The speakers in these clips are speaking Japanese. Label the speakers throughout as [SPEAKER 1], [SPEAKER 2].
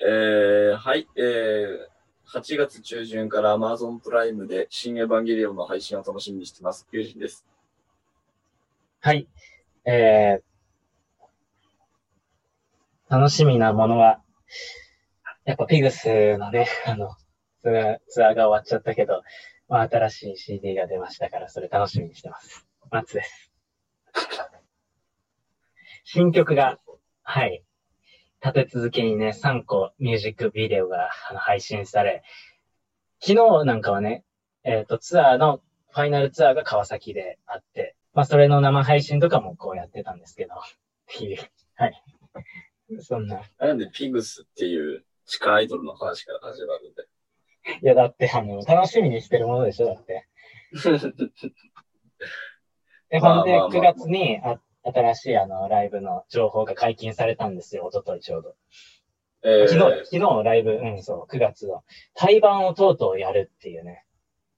[SPEAKER 1] えーはい、えー8月中旬から Amazon プライムで新エヴァンゲリオンの配信を楽しみにしてます。友人です。
[SPEAKER 2] はい。えー、楽しみなものは、やっぱピグスのね、 あの、ツアーツアーが終わっちゃったけど、まあ、新しい CD が出ましたから、それ楽しみにしてます。松です。新曲が、はい。立て続けにね、3個ミュージックビデオがあの配信され、昨日なんかはね、えっ、と、ツアーのファイナルツアーが川崎であって、まあ、それの生配信とかもこうやってたんですけど、っていう。はい。そんな。い
[SPEAKER 1] なんでピグスっていう地下アイドルの話から始まるんで。
[SPEAKER 2] や、だって、あの、楽しみにしてるものでしょ、だって。で、
[SPEAKER 1] まあ
[SPEAKER 2] ほんで、
[SPEAKER 1] まあまあ
[SPEAKER 2] 9月にあ新しいあの、ライブの情報が解禁されたんですよ、一昨日ちょうど。
[SPEAKER 1] えー
[SPEAKER 2] 昨日、昨日ライブ、うん、そう、9月の。対バンをとうとうやるっていうね。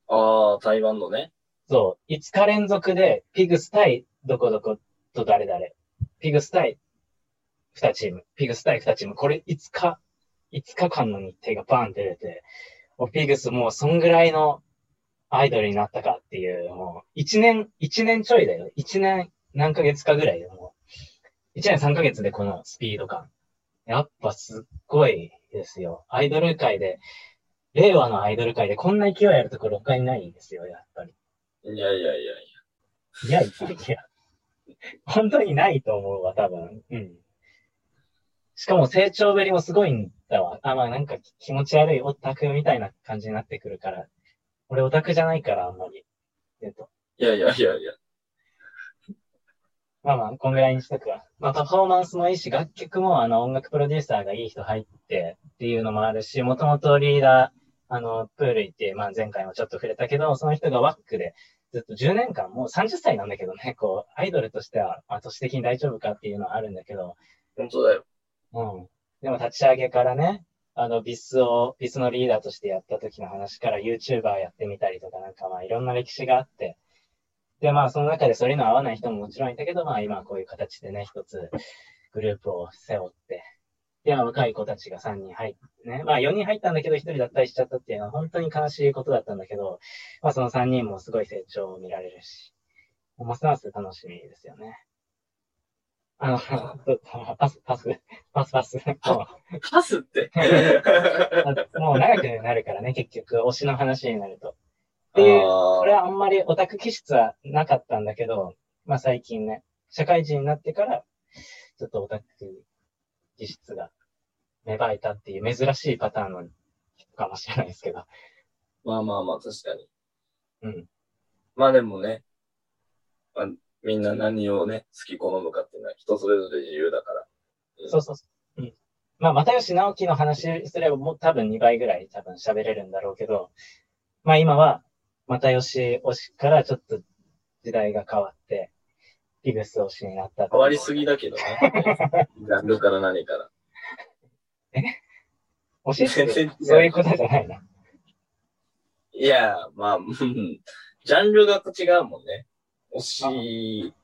[SPEAKER 1] ああ、台湾のね。
[SPEAKER 2] そう、5日連続で、ピグス対どこどこと誰々。ピグス対2チーム。ピグス対2チーム。これ5日、5日間の日程がバーンって出て、もうピグスもうそんぐらいのアイドルになったかっていう、もう1年、1年ちょいだよ。1年何ヶ月かぐらいでもう、1年3ヶ月でこのスピード感。やっぱすっごいですよ。アイドル界で、令和のアイドル界でこんな勢いあるところ他にないんですよ、やっぱり。
[SPEAKER 1] いやいやいやいや。
[SPEAKER 2] いやいやいや。本当にないと思うわ、多分。うん。しかも成長ぶりもすごいんだわ。あ、まあなんかき気持ち悪いオタクみたいな感じになってくるから。俺オタクじゃないから、あんまり。えっと。
[SPEAKER 1] いやいやいやいや。
[SPEAKER 2] まあまあ、こんぐらいにしとくわ。まあパフォーマンスもいいし、楽曲もあの音楽プロデューサーがいい人入ってっていうのもあるし、もともとリーダー、あの、プール行って、まあ前回もちょっと触れたけど、その人がワックでずっと10年間、もう30歳なんだけどね、こう、アイドルとしては、まあ年的に大丈夫かっていうのはあるんだけど、
[SPEAKER 1] 本当だよ。
[SPEAKER 2] うん。でも立ち上げからね、あの、ビスを、ビスのリーダーとしてやった時の話から YouTuber やってみたりとかなんかまあいろんな歴史があって、でまあその中でそういうの合わない人ももちろんいたけど、まあ今はこういう形でね、一つグループを背負って、で、まあ若い子たちが3人入ってね、まあ4人入ったんだけど1人脱退しちゃったっていうのは本当に悲しいことだったんだけど、まあその3人もすごい成長を見られるし、ますます楽しみですよね。あの、パス、パス、パスパ ス。も
[SPEAKER 1] パス って。
[SPEAKER 2] うもう長くなるからね、結局、推しの話になると。
[SPEAKER 1] あ
[SPEAKER 2] で
[SPEAKER 1] ー
[SPEAKER 2] これはあんまりオタク気質はなかったんだけど、まあ最近ね、社会人になってから、ちょっとオタク気質が芽生えたっていう珍しいパターンの人かもしれないですけど。
[SPEAKER 1] まあまあまあ、確かに。
[SPEAKER 2] うん。
[SPEAKER 1] まあでもね、まあ、みんな何をね、好き好むかっていうのは人それぞれ自由だから。
[SPEAKER 2] そうそうそう。うん。まあ、又吉直樹の話すればもう多分2倍ぐらい多分喋れるんだろうけど、まあ今は、又吉推しからちょっと時代が変わって、ピグス推しになった。
[SPEAKER 1] 変わりすぎだけどね。 ジャンルから何から。
[SPEAKER 2] 推しっ
[SPEAKER 1] 全
[SPEAKER 2] て
[SPEAKER 1] 然違う
[SPEAKER 2] そういうことじゃな いな。
[SPEAKER 1] いや、まあ、うんジャンルが違うもんね。推し、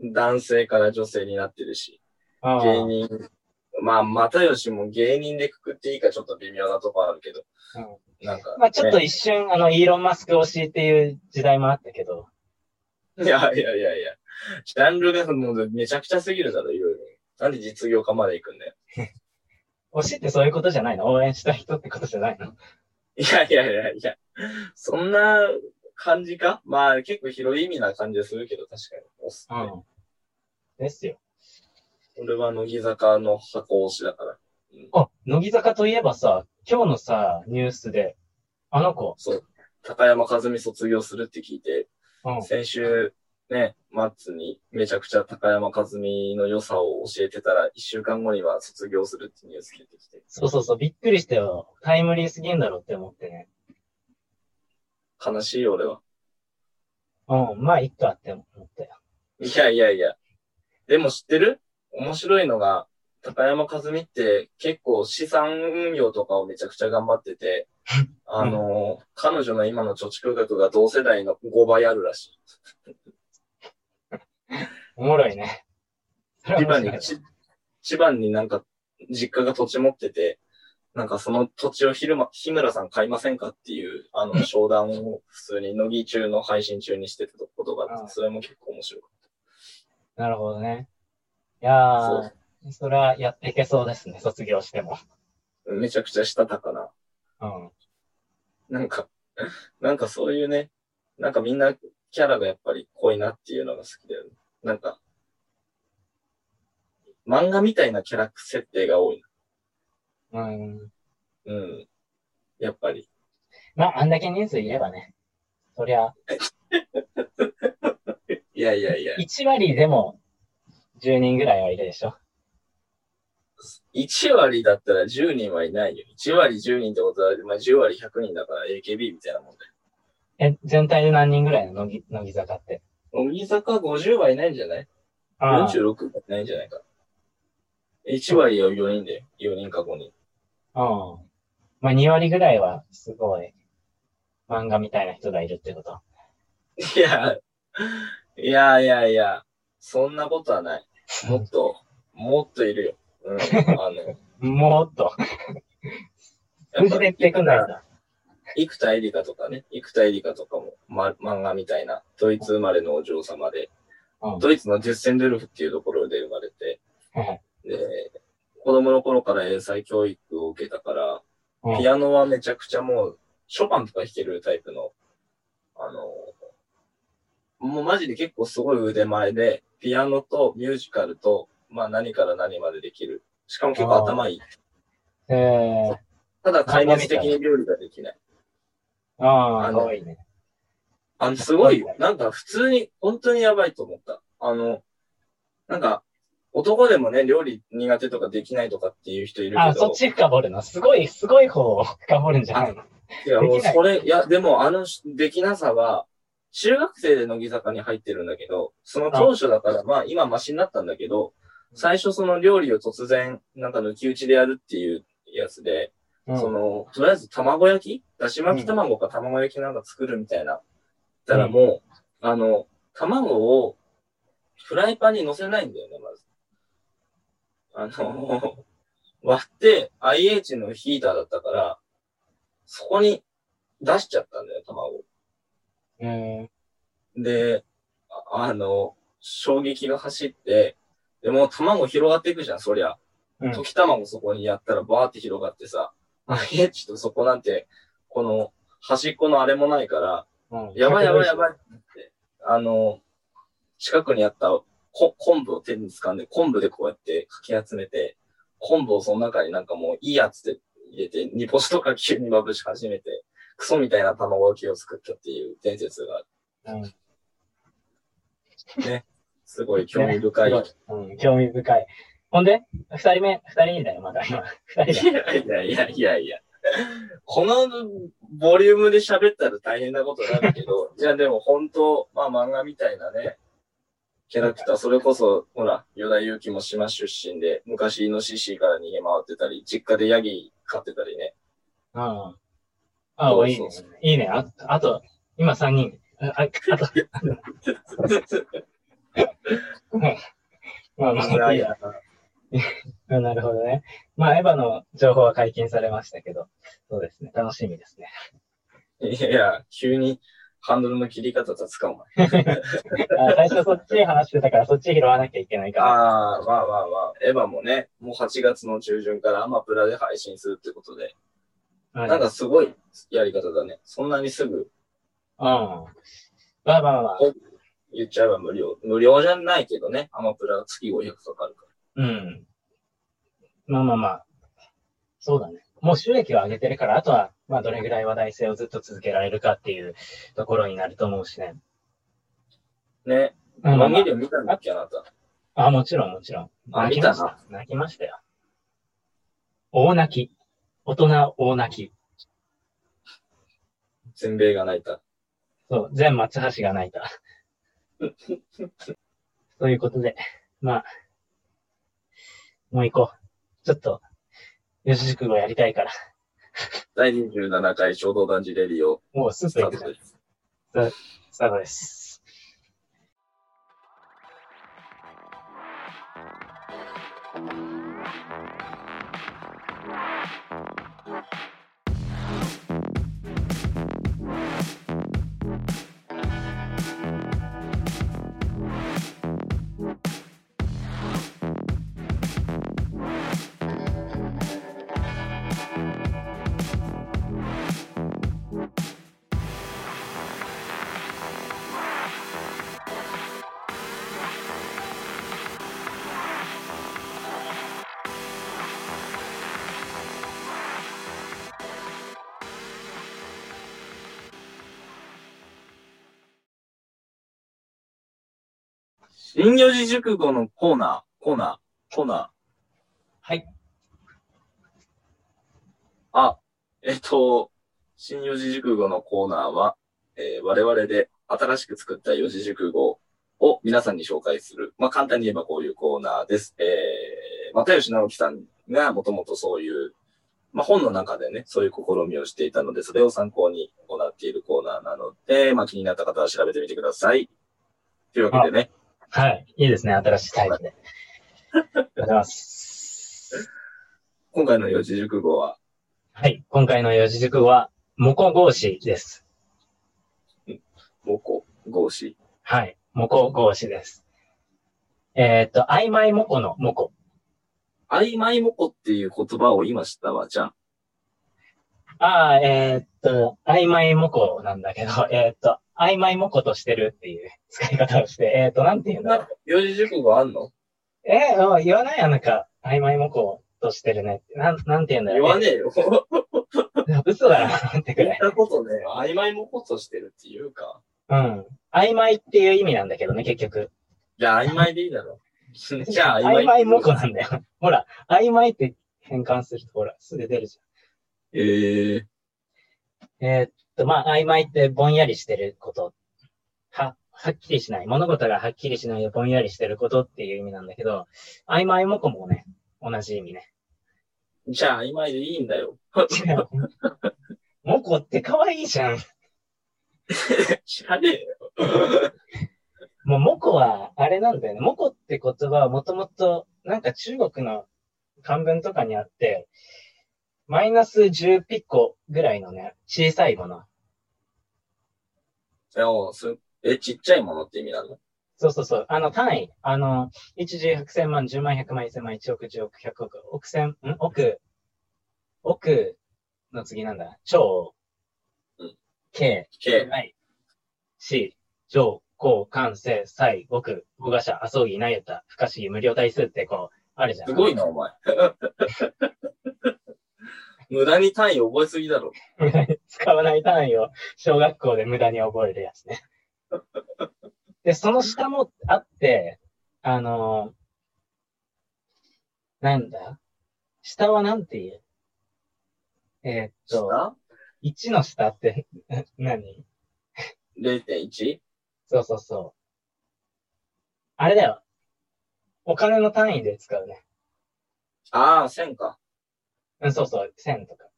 [SPEAKER 1] 男性から女性になってるし、
[SPEAKER 2] あ
[SPEAKER 1] 芸人、まあ、又吉も芸人でくくっていいかちょっと微妙なとこあるけど、
[SPEAKER 2] あうん
[SPEAKER 1] なんか、ね。
[SPEAKER 2] まあちょっと一瞬、あの、イーロン・マスク推しっていう時代もあったけど、
[SPEAKER 1] いやいやいやいや。ジャンルがもうめちゃくちゃすぎるだろ、いろいろ。なんで実業家まで行くんだよ。
[SPEAKER 2] 推しってそういうことじゃないの応援した人ってことじゃないの
[SPEAKER 1] いやいやいやいや。そんな感じかまあ結構広い意味な感じはするけど、確かに。押すって。
[SPEAKER 2] うん。ですよ。
[SPEAKER 1] 俺は乃木坂の箱押しだから。
[SPEAKER 2] あ、乃木坂といえばさ、今日のさ、ニュースで、あの子、
[SPEAKER 1] そう。高山和美卒業するって聞いて、
[SPEAKER 2] うん、
[SPEAKER 1] 先週ね、マッツにめちゃくちゃ高山和美の良さを教えてたら、一週間後には卒業するってニュース聞いてきて、
[SPEAKER 2] そうそうそう、びっくりしたよ。タイムリーすぎんだろって思ってね。
[SPEAKER 1] 悲しいよ俺は。
[SPEAKER 2] うん、まあ、いっかって思ったよ。
[SPEAKER 1] いやいやいや。でも知ってる面白いのが、高山和美って結構資産運用とかをめちゃくちゃ頑張ってて、あの、彼女の今の貯蓄額が同世代の5倍あるらし
[SPEAKER 2] おもろいね。それ
[SPEAKER 1] い。
[SPEAKER 2] は
[SPEAKER 1] 千葉
[SPEAKER 2] 面白い
[SPEAKER 1] に、ち千葉になんか実家が土地持ってて、なんかその土地をひるま、日村さん買いませんかっていう、あの、商談を普通に乃木中の配信中にしてたことがあって、それも結構面白かっ
[SPEAKER 2] なるほどね。い
[SPEAKER 1] た。
[SPEAKER 2] や
[SPEAKER 1] そ
[SPEAKER 2] ー、それはやっていけそうですね、卒業しても。
[SPEAKER 1] う。めちゃくちゃしたたかな。
[SPEAKER 2] うん。
[SPEAKER 1] なんか、 なんかそういうね、なんかみんなキャラがやっぱり濃いなっていうのが好きだよね。なんか、漫画みたいなキャラ設定が多い
[SPEAKER 2] うん。
[SPEAKER 1] な。うん。やっぱり。
[SPEAKER 2] まあ、あんだけ人数いればね。そりゃ、
[SPEAKER 1] いやいやいや、
[SPEAKER 2] 1割でも10人ぐらいはいるでしょ。
[SPEAKER 1] 1割だったら10人はいないよ。1割10人ってことは、まあ、10割100人だから AKB みたいなもんだよ。
[SPEAKER 2] え、全体で何人ぐらいの乃木乃木坂って。
[SPEAKER 1] 乃木坂50はいないんじゃない
[SPEAKER 2] ああ、
[SPEAKER 1] ?46 はいないんじゃないか。1割を4人で、4人か5人。
[SPEAKER 2] うん。まあ、2割ぐらいは、すごい、漫画みたいな人がいるってこと。
[SPEAKER 1] いや、いやいやいや、そんなことはない。もっと、もっといるよ。うん。あの、
[SPEAKER 2] もっと、無事で ってくんないんだ。
[SPEAKER 1] 生田絵梨花とかね、生田絵梨花とかも、ま、漫画みたいな、ドイツ生まれのお嬢様で、
[SPEAKER 2] うん
[SPEAKER 1] ドイツのデュッセンドルフっていうところで生まれて、
[SPEAKER 2] はいはい
[SPEAKER 1] で、子供の頃から英才教育を受けたから、
[SPEAKER 2] うん
[SPEAKER 1] ピアノはめちゃくちゃもう、ショパンとか弾けるタイプの、あの、もうマジで結構すごい腕前で、ピアノとミュージカルと、まあ何から何までできる。しかも結構頭いい。
[SPEAKER 2] ええ
[SPEAKER 1] ただ壊滅的に料理ができない。
[SPEAKER 2] あ
[SPEAKER 1] あ
[SPEAKER 2] あ、
[SPEAKER 1] の
[SPEAKER 2] 多いね。
[SPEAKER 1] あの、すごいよ。なんか普通に、本当にやばいと思った。あの、なんか、男でもね、料理苦手とかできないとかっていう人いるけど。
[SPEAKER 2] あ、そっち深掘るの。すごい、すごい方を深掘るんじゃないの
[SPEAKER 1] いや、もう
[SPEAKER 2] できない
[SPEAKER 1] それ、いや、でもあのしできなさは、中学生で乃木坂に入ってるんだけど、その当初だから、まあ今マシになったんだけど、最初その料理を突然、なんか抜き打ちでやるっていうやつで、
[SPEAKER 2] うん
[SPEAKER 1] その、とりあえず卵焼きだし巻き卵か卵焼きなんか作るみたいな。たらもう、あの、卵をフライパンに乗せないんだよね、まず。あの、 割って、IH のヒーターだったから、そこに出しちゃったんだよ、卵を。
[SPEAKER 2] うん。
[SPEAKER 1] で、ああの、衝撃が走って、でもう卵広がっていくじゃん、そりゃ。
[SPEAKER 2] うん
[SPEAKER 1] 溶き卵そこにやったらバーって広がってさ、あ、いや、ちょっとそこなんて、この端っこのあれもないから、
[SPEAKER 2] うん
[SPEAKER 1] やばいやばいやばいってなって、あの、近くにあったこ昆布を手に掴んで、昆布でこうやってかき集めて、昆布をその中になんかもういいやつで入れて、煮干しとか急にまぶし始めて、クソみたいな卵焼きを作ったっていう伝説がある。
[SPEAKER 2] うん
[SPEAKER 1] すごい興味深い。
[SPEAKER 2] ねすごいうん、興味深い。ほんで、二人目、二人だよ、 まだ今。二
[SPEAKER 1] い
[SPEAKER 2] 人だ
[SPEAKER 1] や
[SPEAKER 2] よ。
[SPEAKER 1] いやいやいやいや。このボリュームで喋ったら大変なことになるけど、 いやでも本当、まあ漫画みたいなね、キャラクター、それこそ、ほら、与田祐希も島出身で、昔イノシシから逃げ回ってたり、実家でヤギ飼ってたり ね。
[SPEAKER 2] うん。あ、おいいね
[SPEAKER 1] そうそう。
[SPEAKER 2] いいね。ああと、今三人。あ、ああ と、まあま
[SPEAKER 1] いや
[SPEAKER 2] あ、い
[SPEAKER 1] い
[SPEAKER 2] いや
[SPEAKER 1] や、
[SPEAKER 2] うんなるほどね。まあ、エヴァの情報は解禁されましたけど、そうですね。楽しみですね。
[SPEAKER 1] いや、急にハンドルの切り方立つかも。
[SPEAKER 2] あ最初そっち話してたから、そっち拾わなきゃいけないから。
[SPEAKER 1] ああ、まあまあまあ、エヴァもね、もう8月の中旬からアマプラで配信するってことで、
[SPEAKER 2] うん
[SPEAKER 1] なんかすごいやり方だね。そんなにすぐ
[SPEAKER 2] うん。まあまあまあ。
[SPEAKER 1] 言っちゃえば無料。無料じゃないけどね。アマプラ月500かかるか
[SPEAKER 2] うん。まあまあまあ。そうだね。もう収益を上げてるから、あとは、まあどれぐらい話題性をずっと続けられるかっていうところになると思うしね。
[SPEAKER 1] ら。ね。
[SPEAKER 2] まあま
[SPEAKER 1] マ
[SPEAKER 2] あま
[SPEAKER 1] ギリオ見たんだっけあなた。
[SPEAKER 2] あ、あもちろんもちろん。
[SPEAKER 1] あ
[SPEAKER 2] 泣きました。泣きましたよ。大泣き。大人大泣き。
[SPEAKER 1] 全米が泣いた。
[SPEAKER 2] そう、全松橋が泣いた。 ということで、まあ、もう行こう。ちょっと、四字熟語やりたいから。
[SPEAKER 1] 第27回衝動男児レディオ
[SPEAKER 2] もうす
[SPEAKER 1] ス
[SPEAKER 2] ぐ
[SPEAKER 1] タ
[SPEAKER 2] 行
[SPEAKER 1] ー
[SPEAKER 2] く
[SPEAKER 1] トです。
[SPEAKER 2] スタートです。
[SPEAKER 1] 人形寺熟語のコーナー、コーナー、コーナ
[SPEAKER 2] はい。
[SPEAKER 1] ー。あ、えっと、新四字熟語のコーナーは、えー我々で新しく作った四字熟語を皆さんに紹介する。まあ、簡単に言えばこういうコーナーです。えー、又吉直樹さんがもともとそういう、まあ、本の中でね、そういう試みをしていたので、それを参考に行っているコーナーなので、まあ、気になった方は調べてみてください。というわけでね、
[SPEAKER 2] はい。いいですね。新しいタイプで。ありがとうございます。
[SPEAKER 1] 今回の四字熟語は、
[SPEAKER 2] はい。今回の四字熟語は、モコゴーシです。
[SPEAKER 1] モコ、ゴーシ。
[SPEAKER 2] はい。モコゴーシです。えーっと、曖昧モコのモコ。
[SPEAKER 1] 曖昧モコっていう言葉を今知ったわ、じゃん。
[SPEAKER 2] ああ、えーっと、曖昧モコなんだけど、えーっと、曖昧モコとしてるっていう使い方をして、えーっと、なんて言うんだろう。
[SPEAKER 1] 四字熟語あんの
[SPEAKER 2] えーうん言わないやなんか、曖昧モコとしてるね。なん、なんて言うんだろう。
[SPEAKER 1] 言わねえよ。言
[SPEAKER 2] えー嘘だなってくら
[SPEAKER 1] っ
[SPEAKER 2] い。
[SPEAKER 1] たことね、曖昧モコとしてるっていうか。
[SPEAKER 2] うん。曖昧っていう意味なんだけどね、結局。
[SPEAKER 1] じゃあ曖昧でいいだ ろ。じゃあ
[SPEAKER 2] 曖昧モコなんだよ。 ほら、曖昧って変換すると、ほら、すぐ出るじ
[SPEAKER 1] ええ
[SPEAKER 2] ゃん。えーっと、まあ、曖昧ってぼんやりしてること。は、はっきりしない。物事がはっきりしないでぼんやりしてることっていう意味なんだけど、曖昧もこもね、同じ意味 ね。
[SPEAKER 1] じゃあ曖昧でいいんだよ。
[SPEAKER 2] 違う。もこって可愛いじゃん。
[SPEAKER 1] 知らねえよ。
[SPEAKER 2] もう、もこは、あれなんだよね。もこって言葉はもともと、なんか中国の漢文とかにあって、マイナス10ピッコぐらいのね、小さいもの。
[SPEAKER 1] いやもうすえ、ちっちゃいものって意味なの
[SPEAKER 2] そうそうそう。あの、単位。あの、1、10、100千万、10万、100万、1000万、1億、10億、100億、億千、ん億、億の次なんだ。超
[SPEAKER 1] うん、
[SPEAKER 2] K、
[SPEAKER 1] ?K。
[SPEAKER 2] はい。C、上、高、関西、西、極、語賀者、麻生義、なゆた、不可思議、無料対数ってこう、あるじゃん。
[SPEAKER 1] すごいな、お 前。無駄に単位覚えすぎだろ。
[SPEAKER 2] 無駄に 使わない単位を小学校で無駄に覚えるやつね。で、その下もあって、あのーなんだ下はなんて言うえーっと、
[SPEAKER 1] 下
[SPEAKER 2] 1の下って 何
[SPEAKER 1] ?0.1?
[SPEAKER 2] そうそうそう。あれだよ。お金の単位で使うね。
[SPEAKER 1] ああ、1000か。
[SPEAKER 2] うん、そうそう、1000とか。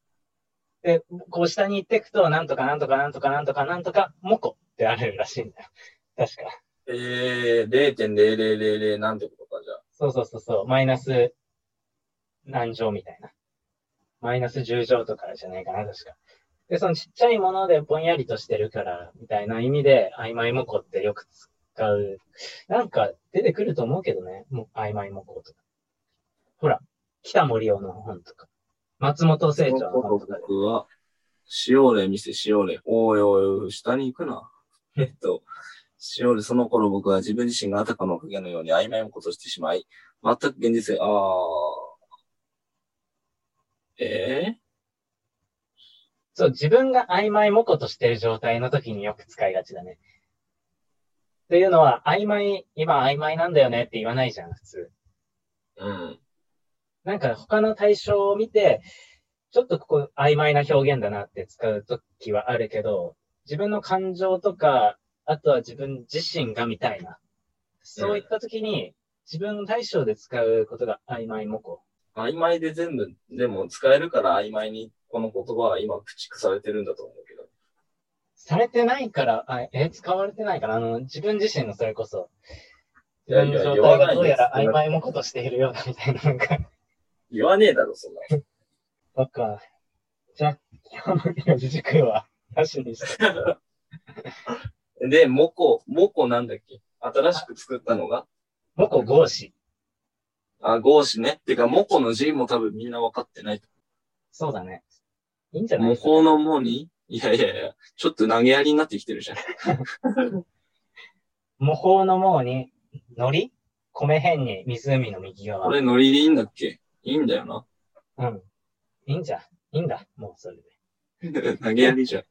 [SPEAKER 2] で、こう下に行っていくと、なんとかなんとかなんとかなんとかなんとか、モコってあるらしいんだよ。確か。
[SPEAKER 1] えー、0.0000なんてことか、じゃあ。
[SPEAKER 2] そうそうそうそう、マイナス何乗みたいな。マイナス10乗とかじゃないかな、確か。で、そのちっちゃいものでぼんやりとしてるから、みたいな意味で、曖昧模倣ってよく使う。なんか出てくると思うけどね、もう曖昧模倣とか。ほら、北森夫の本とか、松本清張の本とかで。
[SPEAKER 1] 僕は、しおれ見せしおれ。おいおいおい、下に行くな。えっと、しおれ、その頃僕は自分自身があたかも影のように曖昧なことをしてしまい、全く現実性、あー。え
[SPEAKER 2] そう、自分が曖昧模倣としてる状態の時によく使いがちだね。というのは、曖昧、今曖昧なんだよねって言わないじゃん、普通。
[SPEAKER 1] ー、うん。
[SPEAKER 2] なんか他の対象を見て、ちょっとここ曖昧な表現だなって使うときはあるけど、自分の感情とか、あとは自分自身がみたいな。そういったときに、自分の対象で使うことが曖昧模倣。
[SPEAKER 1] 曖昧で全部、でも使えるから曖昧に、この言葉は今駆逐されてるんだと思うけど。
[SPEAKER 2] されてないから、あえ、使われてないから、あの、自分自身のそれこそ、
[SPEAKER 1] い
[SPEAKER 2] 自
[SPEAKER 1] や
[SPEAKER 2] 分
[SPEAKER 1] い
[SPEAKER 2] の
[SPEAKER 1] や
[SPEAKER 2] 状
[SPEAKER 1] 言わ
[SPEAKER 2] 態
[SPEAKER 1] ない
[SPEAKER 2] が
[SPEAKER 1] です
[SPEAKER 2] どうやら曖昧模倣としているようだみたいな、なんか、
[SPEAKER 1] 言わねえだろ、そんな。
[SPEAKER 2] わかんないじゃあ、今日の四字熟語は、なしにして。
[SPEAKER 1] で、モコ、モコなんだっけ新しく作ったのが
[SPEAKER 2] 模倣合詞。
[SPEAKER 1] あ、ゴーシね。てか、モコの字も多分みんな分かってない。
[SPEAKER 2] そうだね。いいんじゃない
[SPEAKER 1] 模倣の模にいやいやいや、ちょっと投げやりになってきてるじゃん。
[SPEAKER 2] 模倣のもうに、海苔米辺に湖の右側。
[SPEAKER 1] これノリでいいんだっけいいんだよな。
[SPEAKER 2] うん。いいんじゃん。いいんだ。もうそれで。
[SPEAKER 1] 投げやりじゃん。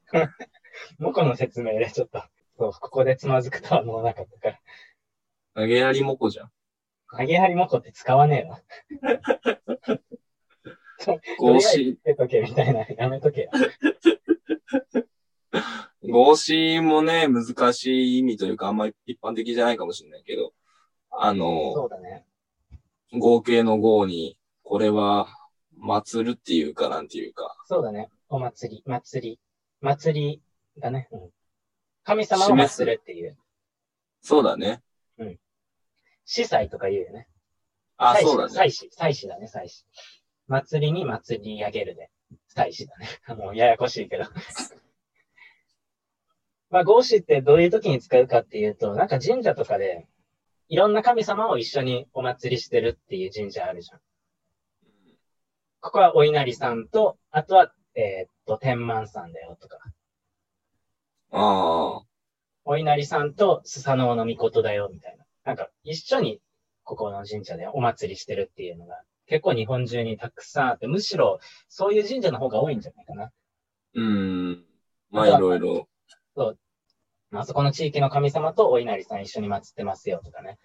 [SPEAKER 2] もうこの説明でちょっと、そう、ここでつまずくとは思わなかったから。
[SPEAKER 1] 投げやりもこじゃん。
[SPEAKER 2] 投げやりもこって使わねえな。
[SPEAKER 1] 合詞、
[SPEAKER 2] 手とけみたいな。やめとけよ。
[SPEAKER 1] 合詞もね、難しい意味というか、あんまり一般的じゃないかもしれないけど、あの、
[SPEAKER 2] そうだね。
[SPEAKER 1] 合計の合に、これは、祭るっていうか、なんていうか、
[SPEAKER 2] そうだね。お祭り、祭り、祭りだね。うん。神様を祭るっていう。
[SPEAKER 1] そうだね。
[SPEAKER 2] 司祭とか言うよね。
[SPEAKER 1] あ、
[SPEAKER 2] 祭祀
[SPEAKER 1] そうだね。
[SPEAKER 2] 祭祀、祭祀だね、祭祀。祭りに祭り上げるで。祭祀だね。 もうややこしいけど。まあ、合祀ってどういう時に使うかっていうと、なんか神社とかで、いろんな神様を一緒にお祭りしてるっていう神社あるじゃん。ここはお稲荷さんと、あとは、えーっと、天満さんだよとか、
[SPEAKER 1] ああ、
[SPEAKER 2] お稲荷さんとスサノオノミコトだよみたいな。なんか一緒にここの神社でお祭りしてるっていうのが結構日本中にたくさんあって、むしろそういう神社の方が多いんじゃないかな。
[SPEAKER 1] うん。まあ、いろいろ。
[SPEAKER 2] まあそこの地域の神様とお稲荷さん一緒に祭ってますよとかね。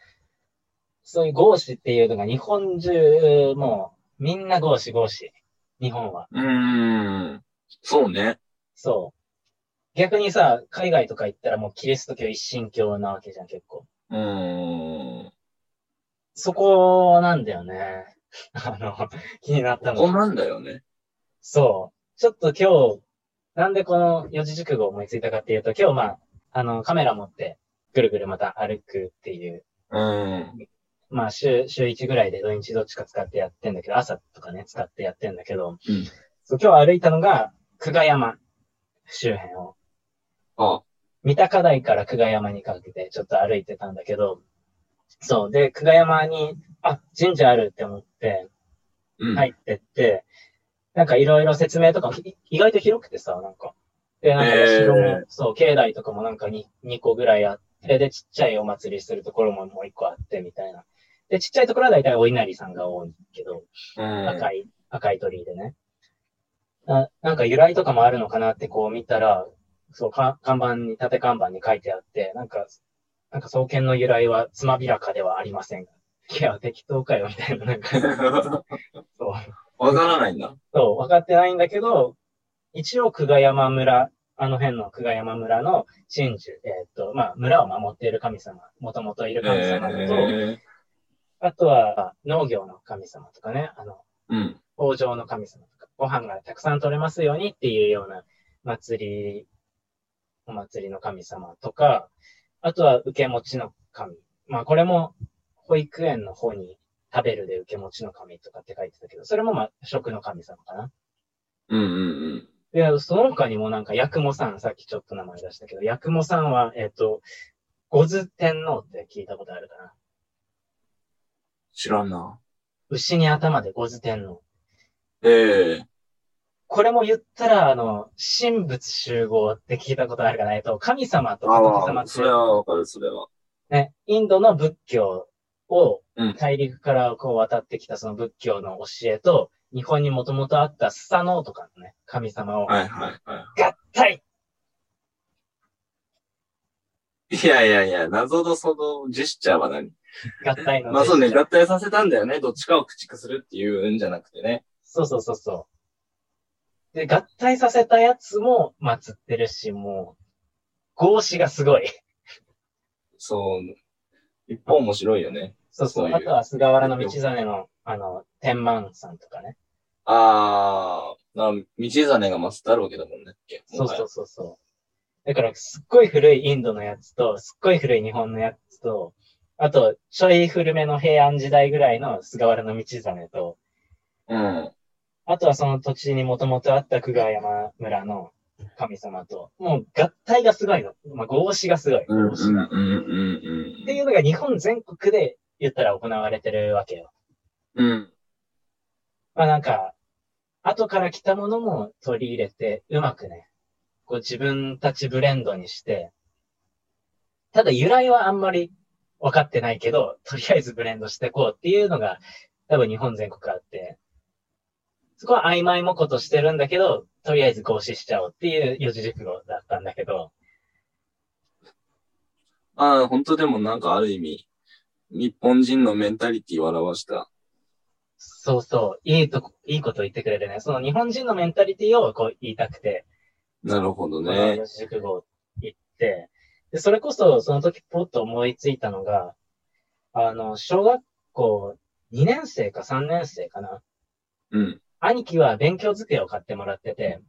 [SPEAKER 2] そういう合祀っていうのが日本中、もうみんな合祀合祀。日本は。
[SPEAKER 1] うーん。そうね。
[SPEAKER 2] そう。逆にさ、海外とか行ったらもうキリスト教一神教なわけじゃん、結構。
[SPEAKER 1] うーん。
[SPEAKER 2] そこなんだよね。 あの、気になった
[SPEAKER 1] こ
[SPEAKER 2] の。
[SPEAKER 1] こなんだよね。
[SPEAKER 2] そう。ちょっと今日、なんでこの四字熟語を思いついたかっていうと、今日まあ、あの、カメラ持って、ぐるぐるまた歩くっていう、
[SPEAKER 1] うん。
[SPEAKER 2] まあ、週、週1ぐらいで土日どっちか使ってやってんだけど、朝とかね、使ってやってんだけど、そう今日歩いたのが、久我山周辺を。
[SPEAKER 1] ああ
[SPEAKER 2] 三鷹台から久我山にかけてちょっと歩いてたんだけど、そう。で、久我山に、あ、神社あるって思って、
[SPEAKER 1] うん。
[SPEAKER 2] 入ってって、なんかいろいろ説明とかもい意外と広くてさ、なんか。で、なんかお城も、
[SPEAKER 1] へー
[SPEAKER 2] そう、境内とかもなんか 2, 2個ぐらいあって、で、ちっちゃいお祭りするところももう1個あって、みたいな。で、ちっちゃいところは大体お稲荷さんが多いけど、
[SPEAKER 1] うん。
[SPEAKER 2] 赤い、赤い鳥居でね。ななんか由来とかもあるのかなってこう見たら、そう、か看板に、縦看板に書いてあって、なんか、なんか創建の由来はつまびらかではありませんが。いや、適当かよ、みたいな。なんか、そう。
[SPEAKER 1] わからないんだ。
[SPEAKER 2] そう、分かってないんだけど、一応、久我山村、あの辺の久我山村の真珠、えーっと、まあ、村を守っている神様、もともといる
[SPEAKER 1] え
[SPEAKER 2] 神様と、
[SPEAKER 1] ー、
[SPEAKER 2] あとは農業の神様とかね、あの、
[SPEAKER 1] うん。
[SPEAKER 2] 豊穣の神様とか、ご飯がたくさん取れますようにっていうような祭り、お祭りの神様とか、あとは受け持ちの神。まあこれも保育園の方に食べるで受け持ちの神とかって書いてたけど、それもまあ食の神様かな。
[SPEAKER 1] うんうんうん。
[SPEAKER 2] で、その他にもなんか、八雲さん、さっきちょっと名前出したけど、八雲さんは、えっ、と、五頭天皇って聞いたことあるかな。
[SPEAKER 1] 知らんな。
[SPEAKER 2] 牛に頭で五頭天皇。
[SPEAKER 1] ええ
[SPEAKER 2] これも言ったら、あの、神仏集合って聞いたことあるかな。えっと、神様と仏様っ
[SPEAKER 1] それは
[SPEAKER 2] て、
[SPEAKER 1] わかる、それは。
[SPEAKER 2] ね、インドの仏教を
[SPEAKER 1] うん
[SPEAKER 2] 大陸からこう渡ってきたその仏教の教えと、日本にもともとあったスサノオとかのね、神様を、
[SPEAKER 1] はいはいは
[SPEAKER 2] 合体
[SPEAKER 1] い。いやいやいや、謎のそのジェスチャーは何
[SPEAKER 2] 合体の
[SPEAKER 1] まあそうね、
[SPEAKER 2] ジェスチャー
[SPEAKER 1] 合体させたんだよね。どっちかを駆逐するっていうんじゃなくてね。
[SPEAKER 2] そうそうそうそう。で、合体させたやつも祀ってるし、もう、合詞がすごい。
[SPEAKER 1] そう。一方面白いよね。
[SPEAKER 2] そうそ
[SPEAKER 1] そ
[SPEAKER 2] う。
[SPEAKER 1] ういう
[SPEAKER 2] あとは菅原道真の、あの、天満さんとかね。
[SPEAKER 1] あー、な道真がマスタロウけだもんね。。
[SPEAKER 2] そうそううそうそう。だから、すっごい古いインドのやつと、すっごい古い日本のやつと、あと、ちょい古めの平安時代ぐらいの菅原道真と、
[SPEAKER 1] うん。
[SPEAKER 2] あとはその土地にもともとあった久我山村の神様と、もう合体がすごいの。まあ、合詞がすごい。
[SPEAKER 1] うんうん
[SPEAKER 2] 合詞が
[SPEAKER 1] うん
[SPEAKER 2] っていうのが日本全国で言ったら行われてるわけよ。
[SPEAKER 1] うん。うん。
[SPEAKER 2] まあなんか、後から来たものも取り入れて、うまくね、こう自分たちブレンドにして、ただ由来はあんまり分かってないけど、とりあえずブレンドしてこうっていうのが、多分日本全国あって、そこは曖昧もことしてるんだけど、とりあえず合詞しちゃおうっていう四字熟語だったんだけど、
[SPEAKER 1] ああ、本当でもなんかある意味、日本人のメンタリティを表した。
[SPEAKER 2] そうそう。いいとこ、いいこと言ってくれるね。その日本人のメンタリティをこう言いたくて、
[SPEAKER 1] なるほど
[SPEAKER 2] この
[SPEAKER 1] ね。
[SPEAKER 2] 四字熟語行って、で、それこそその時ポッと思いついたのが、あの、小学校2年生か3年生かな。
[SPEAKER 1] うん。
[SPEAKER 2] 兄貴は勉強机を買ってもらってて、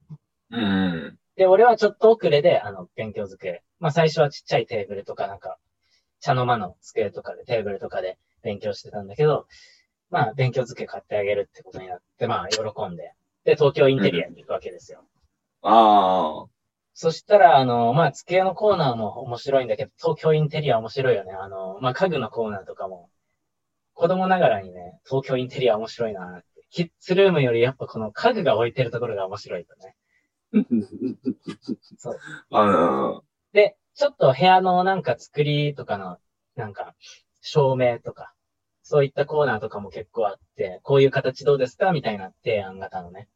[SPEAKER 1] うんうん。
[SPEAKER 2] で、俺はちょっと遅れで、あの、勉強机。まあ、最初はちっちゃいテーブルとか、なんか、茶の間の机とかで、テーブルとかで勉強してたんだけど、まあ、勉強机買ってあげるってことになって、まあ、喜んで。で、東京インテリアに行くわけですよ。
[SPEAKER 1] ああ。
[SPEAKER 2] そしたら、あの、まあ、机のコーナーも面白いんだけど、東京インテリア面白いよね。あの、まあ、家具のコーナーとかも、子供ながらにね、東京インテリア面白いなって。キッズルームよりやっぱこの家具が置いてるところが面白いとね。そう。
[SPEAKER 1] あの
[SPEAKER 2] で、ちょっと部屋のなんか作りとかの、なんか、照明とか、そういったコーナーとかも結構あって、こういう形どうですかみたいな提案型のね。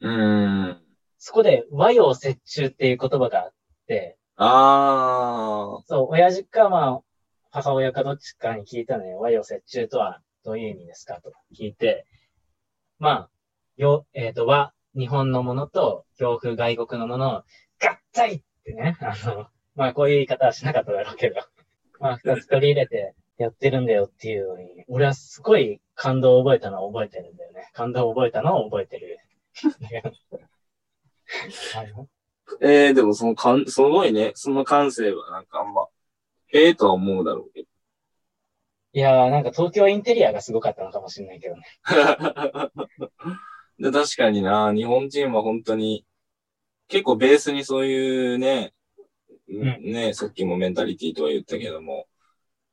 [SPEAKER 1] うん。
[SPEAKER 2] そこで和洋折衷っていう言葉があって、
[SPEAKER 1] ああ。
[SPEAKER 2] そう、親父かまあ、母親かどっちかに聞いたのよ。和洋折衷とはどういう意味ですかと聞いて、まあ、よ、えっ、と、和、日本のものと、洋風外国のものを、合体ってね、あの、まあこういう言い方はしなかっただろうけど、まあ二つ取り入れてやってるんだよっていうのに、俺はすごい感動を覚えたのを覚えてるんだよね。感動を覚えたのを覚えてる。あの
[SPEAKER 1] ええでもその感、すごいね。その感性はなんかあんま、ええとは思うだろうけど。
[SPEAKER 2] いやーなんか東京インテリアがすごかったのかもしれないけどね。
[SPEAKER 1] で確かにな、日本人は本当に、結構ベースにそういうね、
[SPEAKER 2] ん
[SPEAKER 1] ね、さっきもメンタリティとは言ったけども、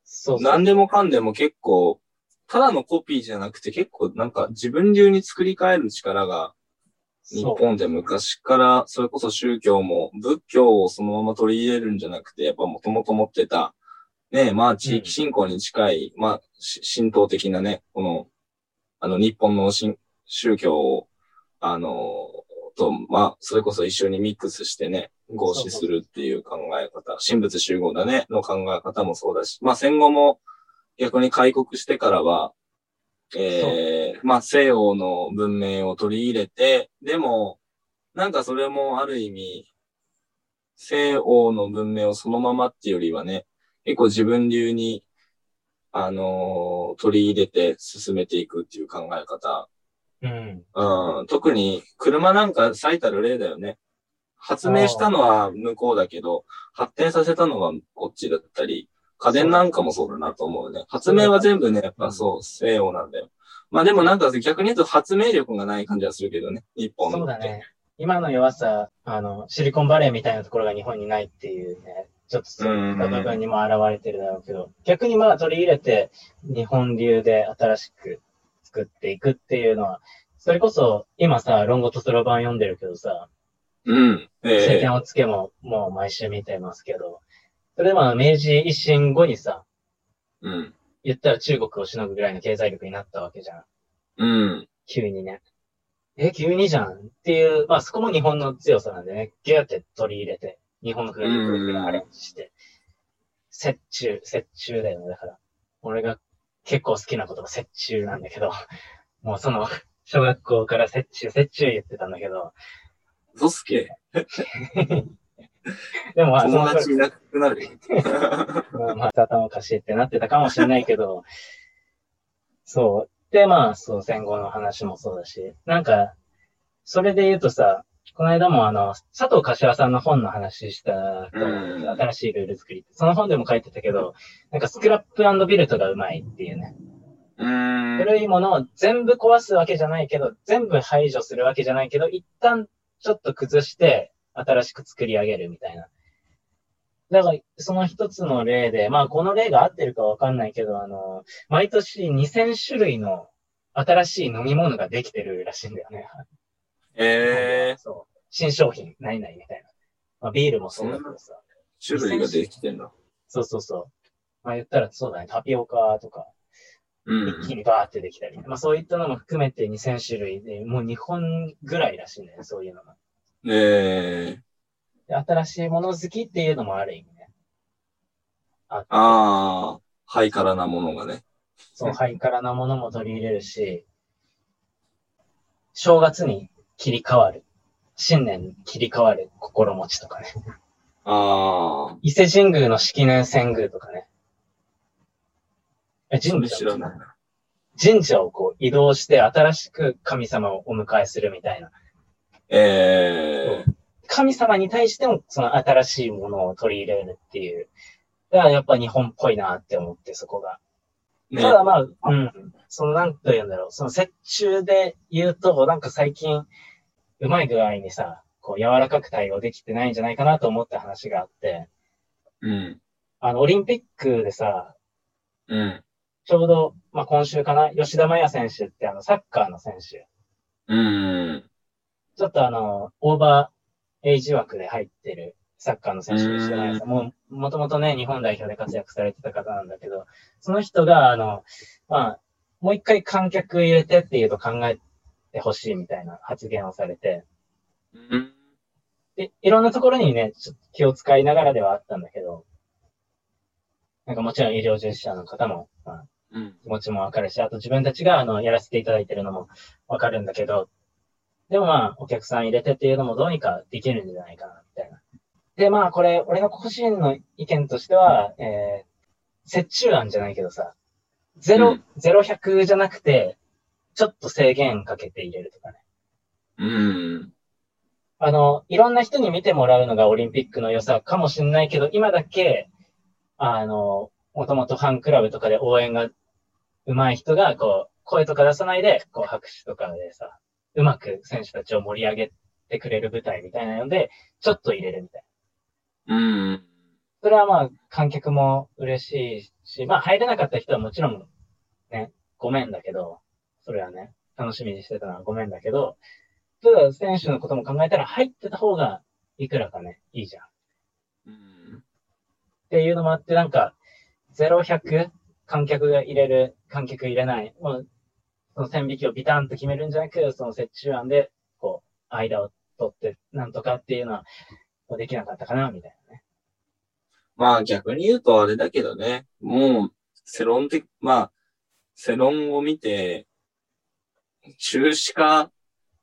[SPEAKER 2] そうそう。
[SPEAKER 1] 何でもかんでも結構、ただのコピーじゃなくて結構なんか自分流に作り変える力が日
[SPEAKER 2] そう。
[SPEAKER 1] 本で昔から、それこそ宗教も仏教をそのまま取り入れるんじゃなくて、やっぱもともと持ってた、ね、まあ地域信仰に近い、まあし神道的なね、この、あの日本の神宗教を、あの、と、まあ、それこそ一緒にミックスしてね、合
[SPEAKER 2] そう
[SPEAKER 1] 祀
[SPEAKER 2] そう
[SPEAKER 1] するっていう考え方、神仏集合だね、の考え方もそうだし、まあ戦後も逆に開国してからは、ええまあ西欧の文明を取り入れて、でも、なんかそれもある意味、西欧の文明をそのままっていうよりはね、結構自分流に、あのー取り入れて進めていくっていう考え方。
[SPEAKER 2] うん。
[SPEAKER 1] うん、特に車なんか最たる例だよね。発明したのは向こうだけど、発展させたのはこっちだったり、家電なんかもそうだなと思うね。発明は全部ね、やっぱそう、西洋なんだよ。まあでもなんか逆に言うと発明力がない感じはするけどね、日本って
[SPEAKER 2] そうだ。ね。今の弱さ、あの、シリコンバレーみたいなところが日本にないっていうね、ちょっとそういった部分にも現れてるだろうけど、逆にまあ取り入れて、日本流で新しく作っていくっていうのは、それこそ、今さ、論語とそろばん読んでるけどさ、
[SPEAKER 1] うん。
[SPEAKER 2] 政
[SPEAKER 1] ええ
[SPEAKER 2] 権をつけも、もう毎週見てますけど、それでまあ明治維新後にさ、
[SPEAKER 1] うん。
[SPEAKER 2] 言ったら中国をしのぐぐらいの経済力になったわけじゃん。
[SPEAKER 1] うん。
[SPEAKER 2] 急にね。え、急にじゃんっていう、まあそこも日本の強さなんでね、ギューって取り入れて、日本のフレームワークにアレンジして、折衷、折衷だよね、だから。俺が結構好きな言葉、折衷なんだけど、もうその、小学校から折衷、折衷言ってたんだけど、
[SPEAKER 1] ゾスケ、
[SPEAKER 2] でもまあ、
[SPEAKER 1] 友
[SPEAKER 2] その
[SPEAKER 1] 達いなくなるよ。
[SPEAKER 2] まあ、まあ、頭おかしいってなってたかもしれないけど、そう。で、まあ、そう、戦後の話もそうだし、なんか、それで言うとさ、この間もあの、佐藤柏さんの本の話したと思うんだけど、
[SPEAKER 1] うん
[SPEAKER 2] 新しいルール作りって、その本でも書いてたけど、なんかスクラップビルトがうまいっていうね。
[SPEAKER 1] うーん。
[SPEAKER 2] 古いものを全部壊すわけじゃないけど、全部排除するわけじゃないけど、一旦ちょっと崩して、新しく作り上げるみたいな。だから、その一つの例で、まあ、この例が合ってるかわかんないけど、あの、毎年2000種類の新しい飲み物ができてるらしいんだよね。
[SPEAKER 1] ええ
[SPEAKER 2] そう。新商品、何々みたいな。まあ、ビールもそうだけどさ。
[SPEAKER 1] 種類ができてんだ。
[SPEAKER 2] そうそうそう。まあ、言ったらそうだね。タピオカとか、
[SPEAKER 1] うん。
[SPEAKER 2] 一気にバーってできたり、まあそういったのも含めて2000種類で、もう日本ぐらいらしいんだよね、そういうのが。
[SPEAKER 1] ええ
[SPEAKER 2] で新しいもの好きっていうのもある意味ね。あって
[SPEAKER 1] ああ、ハイカラなものがね。
[SPEAKER 2] そう、ハイカラなものも取り入れるし、正月に切り替わる。新年に切り替わる心持ちとかね。
[SPEAKER 1] ああ、
[SPEAKER 2] 伊勢神宮の式年遷宮とかね。え
[SPEAKER 1] そ
[SPEAKER 2] 神
[SPEAKER 1] れ
[SPEAKER 2] 社
[SPEAKER 1] 知らない。
[SPEAKER 2] 神社をこう移動して新しく神様をお迎えするみたいな。
[SPEAKER 1] ええ
[SPEAKER 2] 神様に対してもその新しいものを取り入れるっていう。だからやっぱ日本っぽいなって思ってそこが。
[SPEAKER 1] ね
[SPEAKER 2] ただまあ、うん。そのなんと言うんだろう。その折衷で言うと、なんか最近、うまい具合にさ、こう柔らかく対応できてないんじゃないかなと思った話があって、
[SPEAKER 1] うん、
[SPEAKER 2] あの、オリンピックでさ、
[SPEAKER 1] うん、
[SPEAKER 2] ちょうど、まあ、今週かな、吉田麻也選手ってあの、サッカーの選手。
[SPEAKER 1] うん、
[SPEAKER 2] ちょっとあの、オーバーエイジ枠で入ってるサッカーの選手で吉田麻也さん。もう、もともとね、日本代表で活躍されてた方なんだけど、その人が、あの、まあ、もう一回観客入れてっていうと考えてほしいみたいな発言をされて、
[SPEAKER 1] うん、
[SPEAKER 2] で、いろんなところにね、ちょっと気を使いながらではあったんだけど、なんかもちろん医療従事者の方も、まあ、
[SPEAKER 1] うん、
[SPEAKER 2] 気持ちもわかるし、あと自分たちがあのやらせていただいてるのもわかるんだけど、でもまあ、お客さん入れてっていうのもどうにかできるんじゃないかな、みたいな。で、まあ、これ、俺の個人の意見としては、えー、折衷案じゃないけどさ、ゼ
[SPEAKER 1] う
[SPEAKER 2] ロ
[SPEAKER 1] ん、
[SPEAKER 2] ゼロ100じゃなくて、ちょっと制限かけて入れるとかね。
[SPEAKER 1] うん、
[SPEAKER 2] あの、いろんな人に見てもらうのがオリンピックの良さかもしれないけど、今だけ、あの、もともとファンクラブとかで応援が上手い人が、こう、声とか出さないで、こう、拍手とかでさ、うまく選手たちを盛り上げてくれる舞台みたいなので、ちょっと入れるみたいな。
[SPEAKER 1] うん、
[SPEAKER 2] それはまあ、観客も嬉しいし、まあ、入れなかった人はもちろん、ね、ごめんだけど、それはね、楽しみにしてたのはごめんだけど、ただ、選手のことも考えたら入ってた方が、いくらかね、いいじゃん。っ
[SPEAKER 1] うん、
[SPEAKER 2] ていうのもあって、なんか、0、100、観客が入れる、観客入れない、もう、その線引きをビタンと決めるんじゃなく、その折衷案で、こう、間を取って、なんとかっていうのは、こうできなかったかな、みたいなね。
[SPEAKER 1] まあ逆に言うとあれだけどね、もう、世論的、まあ、世論を見て、中止か、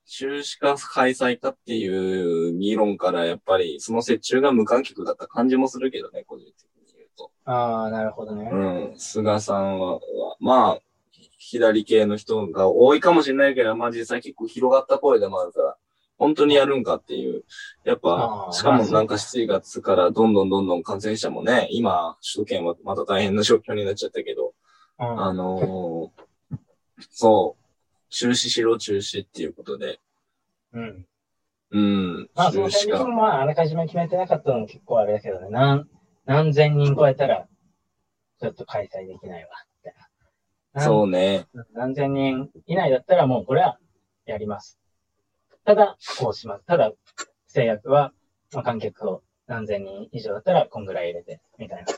[SPEAKER 1] 中止か開催かっていう議論からやっぱりその折衷が無観客だった感じもするけどね、個人的に言うと。
[SPEAKER 2] ああ、なるほどね。
[SPEAKER 1] うん、菅さんは、はまあ、左系の人が多いかもしれないけど、まあ実際結構広がった声でもあるから、本当にやるんかっていう。やっぱ
[SPEAKER 2] あー、
[SPEAKER 1] しか
[SPEAKER 2] まあ
[SPEAKER 1] も
[SPEAKER 2] そう
[SPEAKER 1] なんか7月からどんどんどんどん感染者もね、今、首都圏はまた大変な状況になっちゃったけど、
[SPEAKER 2] うん
[SPEAKER 1] あのーそう、中止しろ中止っていうことで、
[SPEAKER 2] うん。
[SPEAKER 1] うん、
[SPEAKER 2] まあ、
[SPEAKER 1] 中
[SPEAKER 2] その
[SPEAKER 1] 止
[SPEAKER 2] 辺
[SPEAKER 1] か
[SPEAKER 2] も。まあ、あらかじめ決めてなかったのも結構あれだけどね、何、何千人超えたら、ちょっと開催できないわ、みたいな。
[SPEAKER 1] そうね。
[SPEAKER 2] う。何千人以内だったらもうこれはやります。ただ、こうします。ただ、制約は、まあ、観客を何千人以上だったらこんぐらい入れて、みたいな。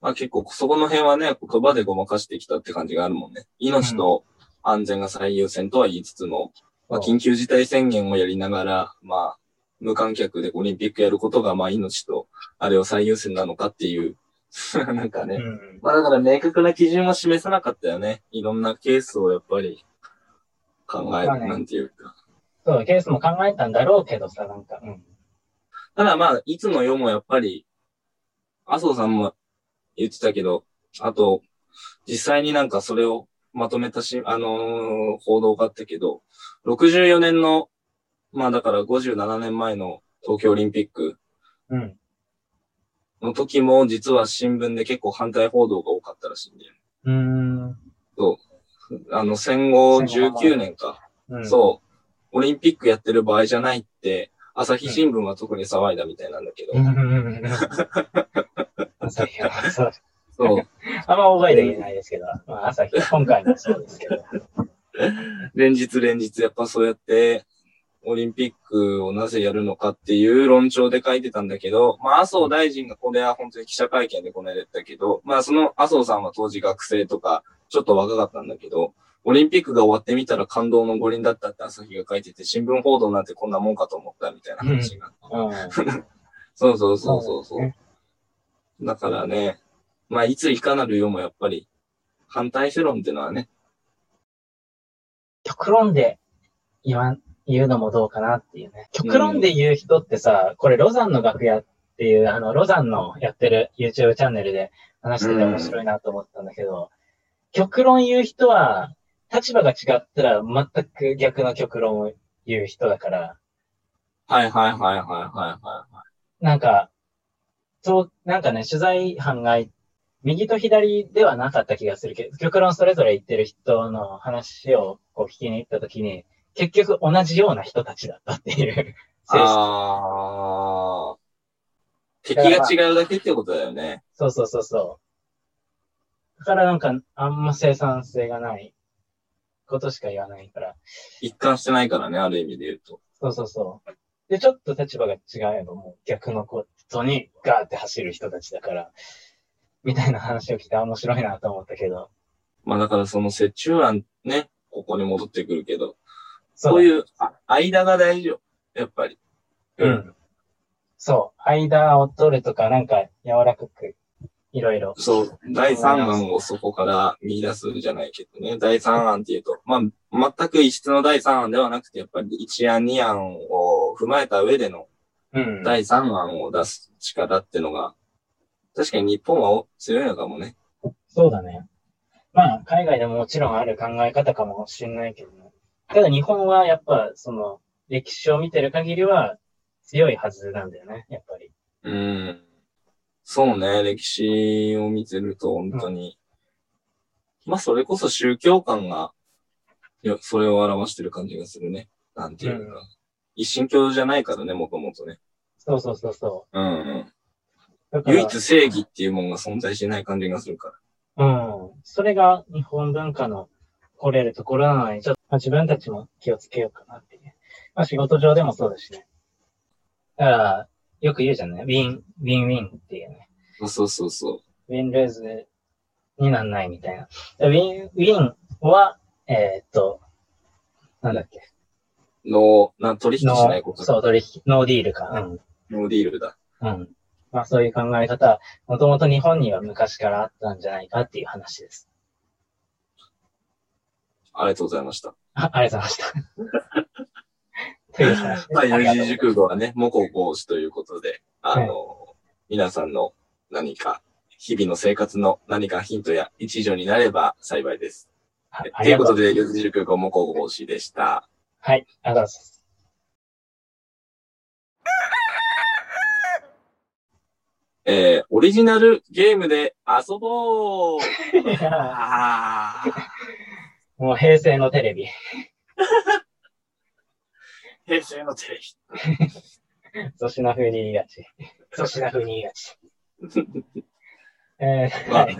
[SPEAKER 1] まあ結構そこの辺はね、言葉でごまかしてきたって感じがあるもんね。命と安全が最優先とは言いつつも、まあ緊急事態宣言をやりながら、まあ無観客でオリンピックやることがまあ命とあれを最優先なのかっていう、 なんか
[SPEAKER 2] う
[SPEAKER 1] ね。
[SPEAKER 2] ん。
[SPEAKER 1] まあだから明確な基準は示さなかったよね。いろんなケースをやっぱり考える、
[SPEAKER 2] まあね
[SPEAKER 1] なんていうか。
[SPEAKER 2] そう、ケースも考えたんだろうけどさ、なんか、うん。
[SPEAKER 1] ただまあ、いつの世もやっぱり、麻生さんも言ってたけど、あと、実際になんかそれをまとめたし、あのー報道があったけど、64年の、まあだから57年前の東京オリンピック
[SPEAKER 2] うん。
[SPEAKER 1] の時も、実は新聞で結構反対報道が多かったらしいんだよ。
[SPEAKER 2] うーん。
[SPEAKER 1] あの、戦後
[SPEAKER 2] 戦後
[SPEAKER 1] 19年か。
[SPEAKER 2] うん。
[SPEAKER 1] そう。オリンピックやってる場合じゃないって、朝日新聞は特に騒いだみたいなんだけど。
[SPEAKER 2] うん。うんうんうん。そういうそう
[SPEAKER 1] そう。
[SPEAKER 2] あんま大声で言えないですけど、まあ、朝日、今回もそうですけど。
[SPEAKER 1] 連日連日やっぱそうやって、オリンピックをなぜやるのかっていう論調で書いてたんだけど、まあ麻生大臣がこれは本当に記者会見でこの間言ったけど、まあその麻生さんは当時学生とか、ちょっと若かったんだけど、オリンピックが終わってみたら感動の五輪だったって朝日が書いてて、新聞報道なんてこんなもんかと思ったみたいな話が。
[SPEAKER 2] うん。
[SPEAKER 1] そうそうそうそうそう。
[SPEAKER 2] ね
[SPEAKER 1] だからね、まあ、いついかなる世もやっぱり、反対世論っていうのはね、
[SPEAKER 2] 極論で言わん、言うのもどうかなっていうね。極論で言う人ってさ、これロザンの楽屋っていう、あの、ロザンのやってる YouTube チャンネルで話してて面白いなと思ったんだけど、極論言う人は、立場が違ったら全く逆の極論を言う人だから、
[SPEAKER 1] はいはいはいはいはいはいは
[SPEAKER 2] なんか、そう、なんかね、取材班が、右と左ではなかった気がするけど、極論それぞれ言ってる人の話をこう聞きに行ったときに、結局同じような人たちだったっていう、
[SPEAKER 1] い。ああ。敵が違うだけってことだよね。
[SPEAKER 2] そうそうそうそう。だからなんか、あんま生産性がないことしか言わないから。
[SPEAKER 1] 一貫してないからね、ある意味で言うと。
[SPEAKER 2] そうそうそう。で、ちょっと立場が違えばもう逆のことにガーって走る人たちだから、みたいな話を聞いてあ面白いなと思ったけど。
[SPEAKER 1] まあだからその折衷案ね、ここに戻ってくるけど、
[SPEAKER 2] だ
[SPEAKER 1] そういうあ間が大事よ。やっぱり。
[SPEAKER 2] う。ん。そう。間を取るとか、なんか柔らかく、いろいろ。
[SPEAKER 1] そう、第三案をそこから見出すじゃないけどね。第三案っていうと、まあ、全く異質の第三案ではなくて、やっぱり一案二案を踏まえた上での
[SPEAKER 2] うん。
[SPEAKER 1] 第三案を出す力ってのが、確かに日本は強いのかもね。
[SPEAKER 2] そうだね。まあ、海外でももちろんある考え方かもしれないけどね。ただ日本はやっぱ、その、歴史を見てる限りは強いはずなんだよね、やっぱり。
[SPEAKER 1] うん。そうね、歴史を見てると本当に、まあそれこそ宗教観が、いやそれを表してる感じがするね。なんていうか。一神教じゃないからね、もともとね。
[SPEAKER 2] そうそうそうそ
[SPEAKER 1] うんうん。
[SPEAKER 2] う。だから、
[SPEAKER 1] 唯一正義っていうものが存在しない感じがするから。
[SPEAKER 2] うん。それが日本文化の来れるところなのに、ちょっと、まあ、自分たちも気をつけようかなっていう。まあ仕事上でもそうだしね。だから、よく言うじゃんね。ウィン、ウィンウィンっていうね。
[SPEAKER 1] そうそうそうそ
[SPEAKER 2] ウィンレーズになんないみたいな。ウィン、ウィンは、えーっと、なんだっけ。
[SPEAKER 1] う。の、な、取引しないこと。
[SPEAKER 2] そう、取引、ノーディールか。うん。
[SPEAKER 1] ノーディールだ。
[SPEAKER 2] うん。まあそういう考え方、もともと日本には昔からあったんじゃないかっていう話です。
[SPEAKER 1] ありがとうございました。
[SPEAKER 2] あありがとうございま した。という話です。
[SPEAKER 1] まあ、
[SPEAKER 2] あ
[SPEAKER 1] 四字
[SPEAKER 2] りがとうござい
[SPEAKER 1] 熟語はね、もこごしということで、あの、皆さんの何か、日々の生活の何かヒントや一助になれば幸いです。
[SPEAKER 2] ますあ
[SPEAKER 1] ということで、
[SPEAKER 2] で。
[SPEAKER 1] 四字熟語もこごしでした。
[SPEAKER 2] はい、ありがとうございます。
[SPEAKER 1] えー、オリジナルゲームで遊ぼうあー
[SPEAKER 2] もう平成のテレビ。
[SPEAKER 1] 平成のテレビ。
[SPEAKER 2] 粗品風に言いがち。粗品風に言いがち。えー、
[SPEAKER 1] まあ
[SPEAKER 2] はい。、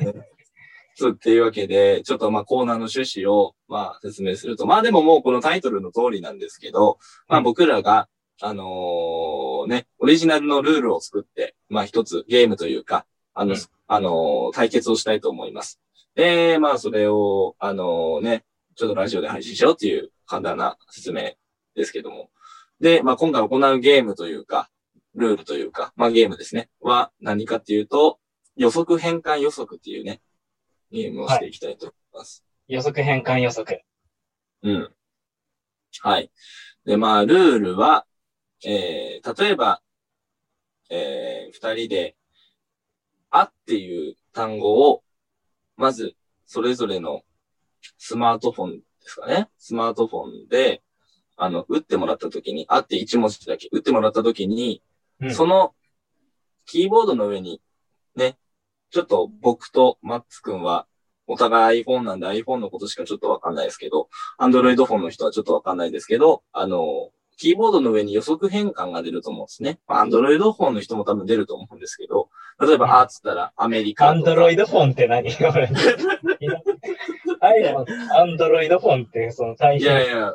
[SPEAKER 1] そうっていうわけで、ちょっとまあコーナーの趣旨をまあ説明すると、まあでももうこのタイトルの通りなんですけど、まあ僕らが、あのーね、オリジナルのルールを作って、まあ一つゲームというか、あの、
[SPEAKER 2] うん
[SPEAKER 1] あのー対決をしたいと思います。で、まあそれを、あのーね、ちょっとラジオで配信しようっていう簡単な説明ですけども。で、まあ今回行うゲームというか、ルールというか、まあゲームですね、は何かっていうと、予測変換予測っていうね、ゲームをしていきたいと思います。
[SPEAKER 2] 予測変換予測。
[SPEAKER 1] うん。はい。で、まあ、ルールは、えー、例えば、えー、二人で、あっていう単語を、まず、それぞれのスマートフォンですかね。スマートフォンで、あの、打ってもらったときに、あって一文字だけ打ってもらったときに、
[SPEAKER 2] うん
[SPEAKER 1] その、キーボードの上に、ね、ちょっと僕とマッツくんは、お互い iPhone なんで iPhone のことしかちょっとわかんないですけど、Android フォンの人はちょっとわかんないですけど、あの、キーボードの上に予測変換が出ると思うんですね。まあ Android フォンの人も多分出ると思うんですけど、例えば、あっつったらアメリカ
[SPEAKER 2] ア
[SPEAKER 1] と
[SPEAKER 2] ン
[SPEAKER 1] か。
[SPEAKER 2] ドロイドフォンって何 俺 iPhone、アンドロイドフォンってその対
[SPEAKER 1] い
[SPEAKER 2] 比。
[SPEAKER 1] やいや、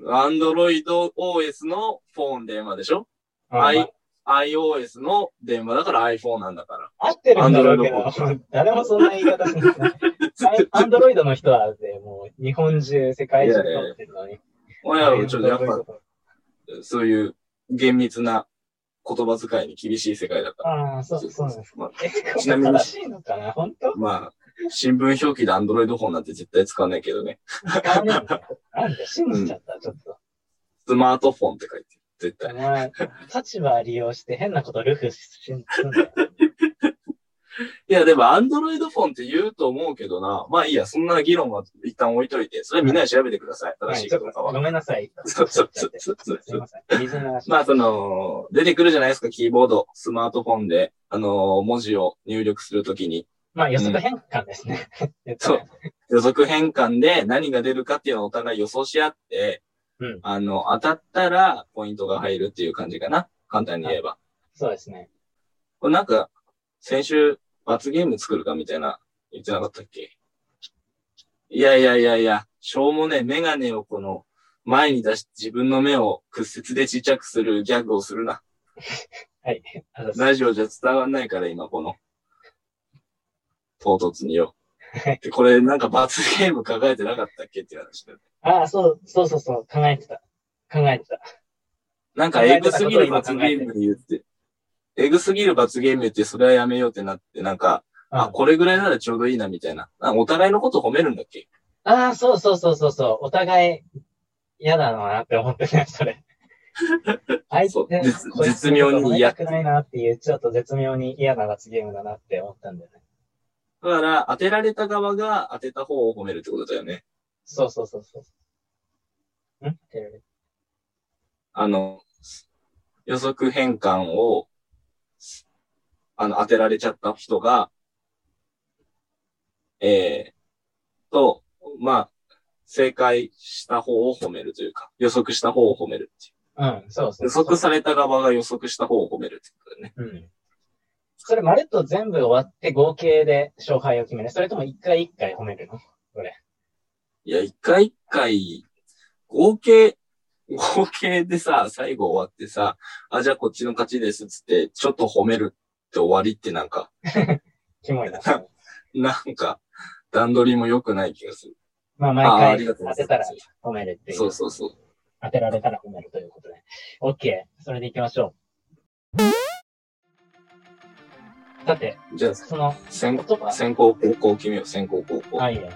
[SPEAKER 1] Android OS のフォン電話でしょ、
[SPEAKER 2] うん
[SPEAKER 1] I、?iOS の電話だから iPhone なんだから。
[SPEAKER 2] 合ってるんだろうけど、誰もそんな言い方しない。 アンドロイドの人は、ね、もう日本中、世界中撮ってるのに。
[SPEAKER 1] 親はちょっとやっぱ、そういう厳密な言葉遣いに厳しい世界だから。
[SPEAKER 2] ああ、そう、そうなんです。
[SPEAKER 1] まあ、
[SPEAKER 2] え、
[SPEAKER 1] ちなみに
[SPEAKER 2] 正しいのかな 本当
[SPEAKER 1] まあ、新聞表記でアンドロイドフォンなんて絶対使わないけどね。
[SPEAKER 2] 使わないんだ。なんで信じちゃった、ちょっと。
[SPEAKER 1] スマートフォンって書いてる。絶
[SPEAKER 2] お
[SPEAKER 1] 対。
[SPEAKER 2] 前、立場利用して変なことルフしんすんだよ。
[SPEAKER 1] いや、でもアンドロイドフォンって言うと思うけどな。まあいいや、そんな議論は一旦置いといて、それみんなで調べてください。正しいかどうか
[SPEAKER 2] ご
[SPEAKER 1] は。
[SPEAKER 2] めんなさい。
[SPEAKER 1] そうそうそう
[SPEAKER 2] す
[SPEAKER 1] そうそう
[SPEAKER 2] いません。水の話。
[SPEAKER 1] まあ、その、出てくるじゃないですか、キーボード、スマートフォンで、あのー文字を入力するときに、
[SPEAKER 2] まあ予測変換ですね。 えっと
[SPEAKER 1] そう予測変換で何が出るかっていうのをお互い予想し合って、
[SPEAKER 2] うん
[SPEAKER 1] あの、当たったらポイントが入るっていう感じかな。簡単に言えば。
[SPEAKER 2] そうですね。
[SPEAKER 1] これなんか、先週、罰ゲーム作るかみたいな、言ってなかったっけいやいやいやいや、しょうもねえ、メガネをこの、前に出して自分の目を屈折でちっちゃくするギャグをするな。
[SPEAKER 2] はい。あの
[SPEAKER 1] ラジオじゃ伝わんないから、今この、唐突に よ
[SPEAKER 2] はい。
[SPEAKER 1] で、これなんか罰ゲーム考えてなかったっけっていう話だよね
[SPEAKER 2] ああ、そう、そうそうそう、考えてた。考えてた。
[SPEAKER 1] なんかエグすぎる罰ゲーム言って、エグすぎる罰ゲーム言ってそれはやめようってなって、なんか、あ、これぐらいならちょうどいいなみたいな。なんかお互いのこと褒めるんだっけ
[SPEAKER 2] ああ、そうそうそうそうそう。お互い嫌だなって思ってね、それ。 あいつ
[SPEAKER 1] そう
[SPEAKER 2] ね
[SPEAKER 1] 絶
[SPEAKER 2] こいつ
[SPEAKER 1] 絶妙に嫌
[SPEAKER 2] 褒めたくないなっていう、ちょっと絶妙に嫌な罰ゲームだなって思ったんだよね。
[SPEAKER 1] だから、当てられた側が当てた方を褒めるってことだよね。
[SPEAKER 2] そうそうそうそう。んテレビ
[SPEAKER 1] あの、予測変換を、あの、当てられちゃった人が、えー、と、まあ、正解した方を褒めるというか、予測した方を褒めるっていう
[SPEAKER 2] うん、そうそう
[SPEAKER 1] 予
[SPEAKER 2] そう。
[SPEAKER 1] 測された側が予測した方を褒めるっていうことだよね。
[SPEAKER 2] うん。それ、まるっと全部終わって合計で勝敗を決める。それとも一回一回褒めるの
[SPEAKER 1] いや、一回一回、合計、 合計でさ、最後終わってさ、あ、じゃあこっちの勝ちですっつって、ちょっと褒めるって終わりってなんか、
[SPEAKER 2] キモい な。
[SPEAKER 1] なんか、段取りも良くない気がする。
[SPEAKER 2] まあ、
[SPEAKER 1] ああー、あ
[SPEAKER 2] 毎
[SPEAKER 1] りが
[SPEAKER 2] 回
[SPEAKER 1] とうご
[SPEAKER 2] 当
[SPEAKER 1] ざ
[SPEAKER 2] て
[SPEAKER 1] い
[SPEAKER 2] た
[SPEAKER 1] ま
[SPEAKER 2] ら
[SPEAKER 1] す。
[SPEAKER 2] 褒めるっていう。
[SPEAKER 1] そうそうそう。
[SPEAKER 2] 当てられたら褒めるということで。OK。それで行きましょう。さて、
[SPEAKER 1] じゃあ、
[SPEAKER 2] その
[SPEAKER 1] 先
[SPEAKER 2] 言葉。
[SPEAKER 1] 先行高校決めよう。先行高校。
[SPEAKER 2] はいよ。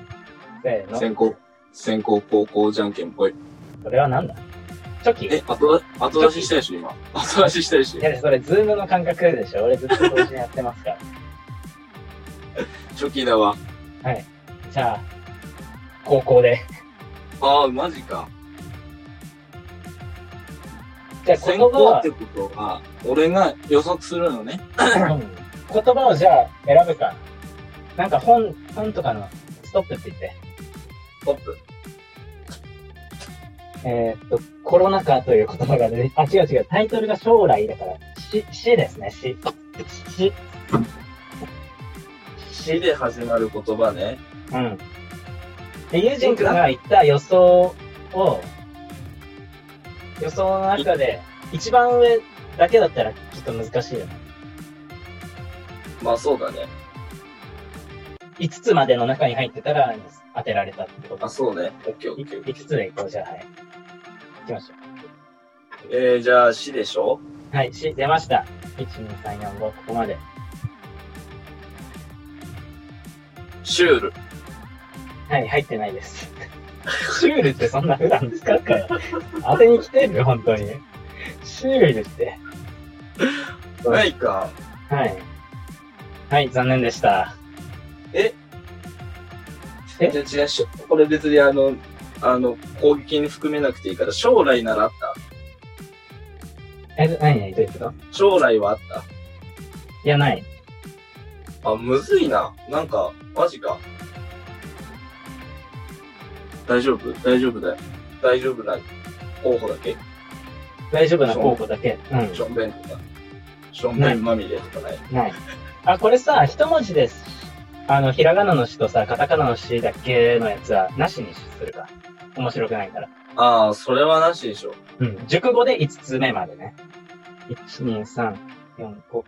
[SPEAKER 2] せーの。
[SPEAKER 1] 先行、先行高校じゃんけんぽい。
[SPEAKER 2] それはなんだチョキ
[SPEAKER 1] え、後出後出ししたいし、今。後出ししたいし
[SPEAKER 2] い。や、それ、ズームの感覚でしょ俺ずっと同時にやってますから。
[SPEAKER 1] チョキだわ。
[SPEAKER 2] じゃあ、高校で。
[SPEAKER 1] ああ、マジか。
[SPEAKER 2] じゃあ、
[SPEAKER 1] 先
[SPEAKER 2] 言葉
[SPEAKER 1] 行っ
[SPEAKER 2] は
[SPEAKER 1] て、ことは、俺が予測するのね。
[SPEAKER 2] うん言葉をじゃあ選ぶか。なんか本、本とかのストップって言って。
[SPEAKER 1] トップ。
[SPEAKER 2] えーっと、コロナ禍という言葉が出て、あ、違う違う、タイトルが将来だから、し、しですね、し。し。
[SPEAKER 1] 死で始まる言葉ね。
[SPEAKER 2] うん。で、ユージン君が言った予想を、予想の中で、一番上だけだったら、ちょっと難しいよね。
[SPEAKER 1] まあそうだね。
[SPEAKER 2] 5つまでの中に入ってたら、当てられたってこと
[SPEAKER 1] あ、。そうね。オッケーオッケー。
[SPEAKER 2] 5つでいこう、じゃあ、はい。いきましょう。
[SPEAKER 1] えー、じゃあ死でしょ
[SPEAKER 2] はい、し、出ました。1、2、3、4、5、ここまで。
[SPEAKER 1] シュール。
[SPEAKER 2] はい、入ってないです。シュールってそんな普段使うから。当てに来てる本当に。シュールって。
[SPEAKER 1] ないか。
[SPEAKER 2] はい。はい、残念でした。え
[SPEAKER 1] じゃあ違うし、これ別にあの、あの、攻撃に含めなくていいから、将来ならあった。
[SPEAKER 2] え、なになにどういうこと
[SPEAKER 1] 将来はあった。
[SPEAKER 2] いや、ない。
[SPEAKER 1] あ、むずいな。なんか、マジか。大丈夫大丈夫だよ。大丈夫な候補だっけ
[SPEAKER 2] 大丈夫な候補だけ。うん
[SPEAKER 1] ションベンとか。ションベンまみれとかない。、
[SPEAKER 2] ない。あ、これさ、一文字です。あの、ひらがなのしとさ、カタカナのしだけのやつは、なしにするか。面白くないから。
[SPEAKER 1] ああ、それはなしでしょ。
[SPEAKER 2] うん。熟語で5つ目までね。1、2、3、4、5。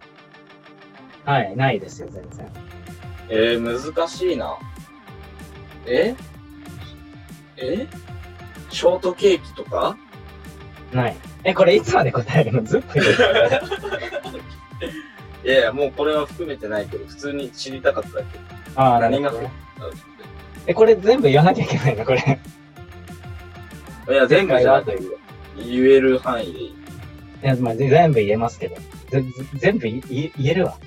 [SPEAKER 2] はい、ないですよ、全然。
[SPEAKER 1] えー、難しいな。ええショートケーキとか
[SPEAKER 2] ない。え、これいつまで答えるの ずっと言う。
[SPEAKER 1] いやいや、もうこれは含めてないけど、普通に知りたかっただけ。
[SPEAKER 2] ああ、な
[SPEAKER 1] 何
[SPEAKER 2] る
[SPEAKER 1] が
[SPEAKER 2] ほどね。
[SPEAKER 1] 含
[SPEAKER 2] え、これ全部言わなきゃいけないの これ。
[SPEAKER 1] いや、全部じゃなく
[SPEAKER 2] と
[SPEAKER 1] て
[SPEAKER 2] いう。
[SPEAKER 1] 言える範囲でいい。
[SPEAKER 2] いや、まあ、ぜ全部言えますけど。ぜぜ全部いい言えるわ。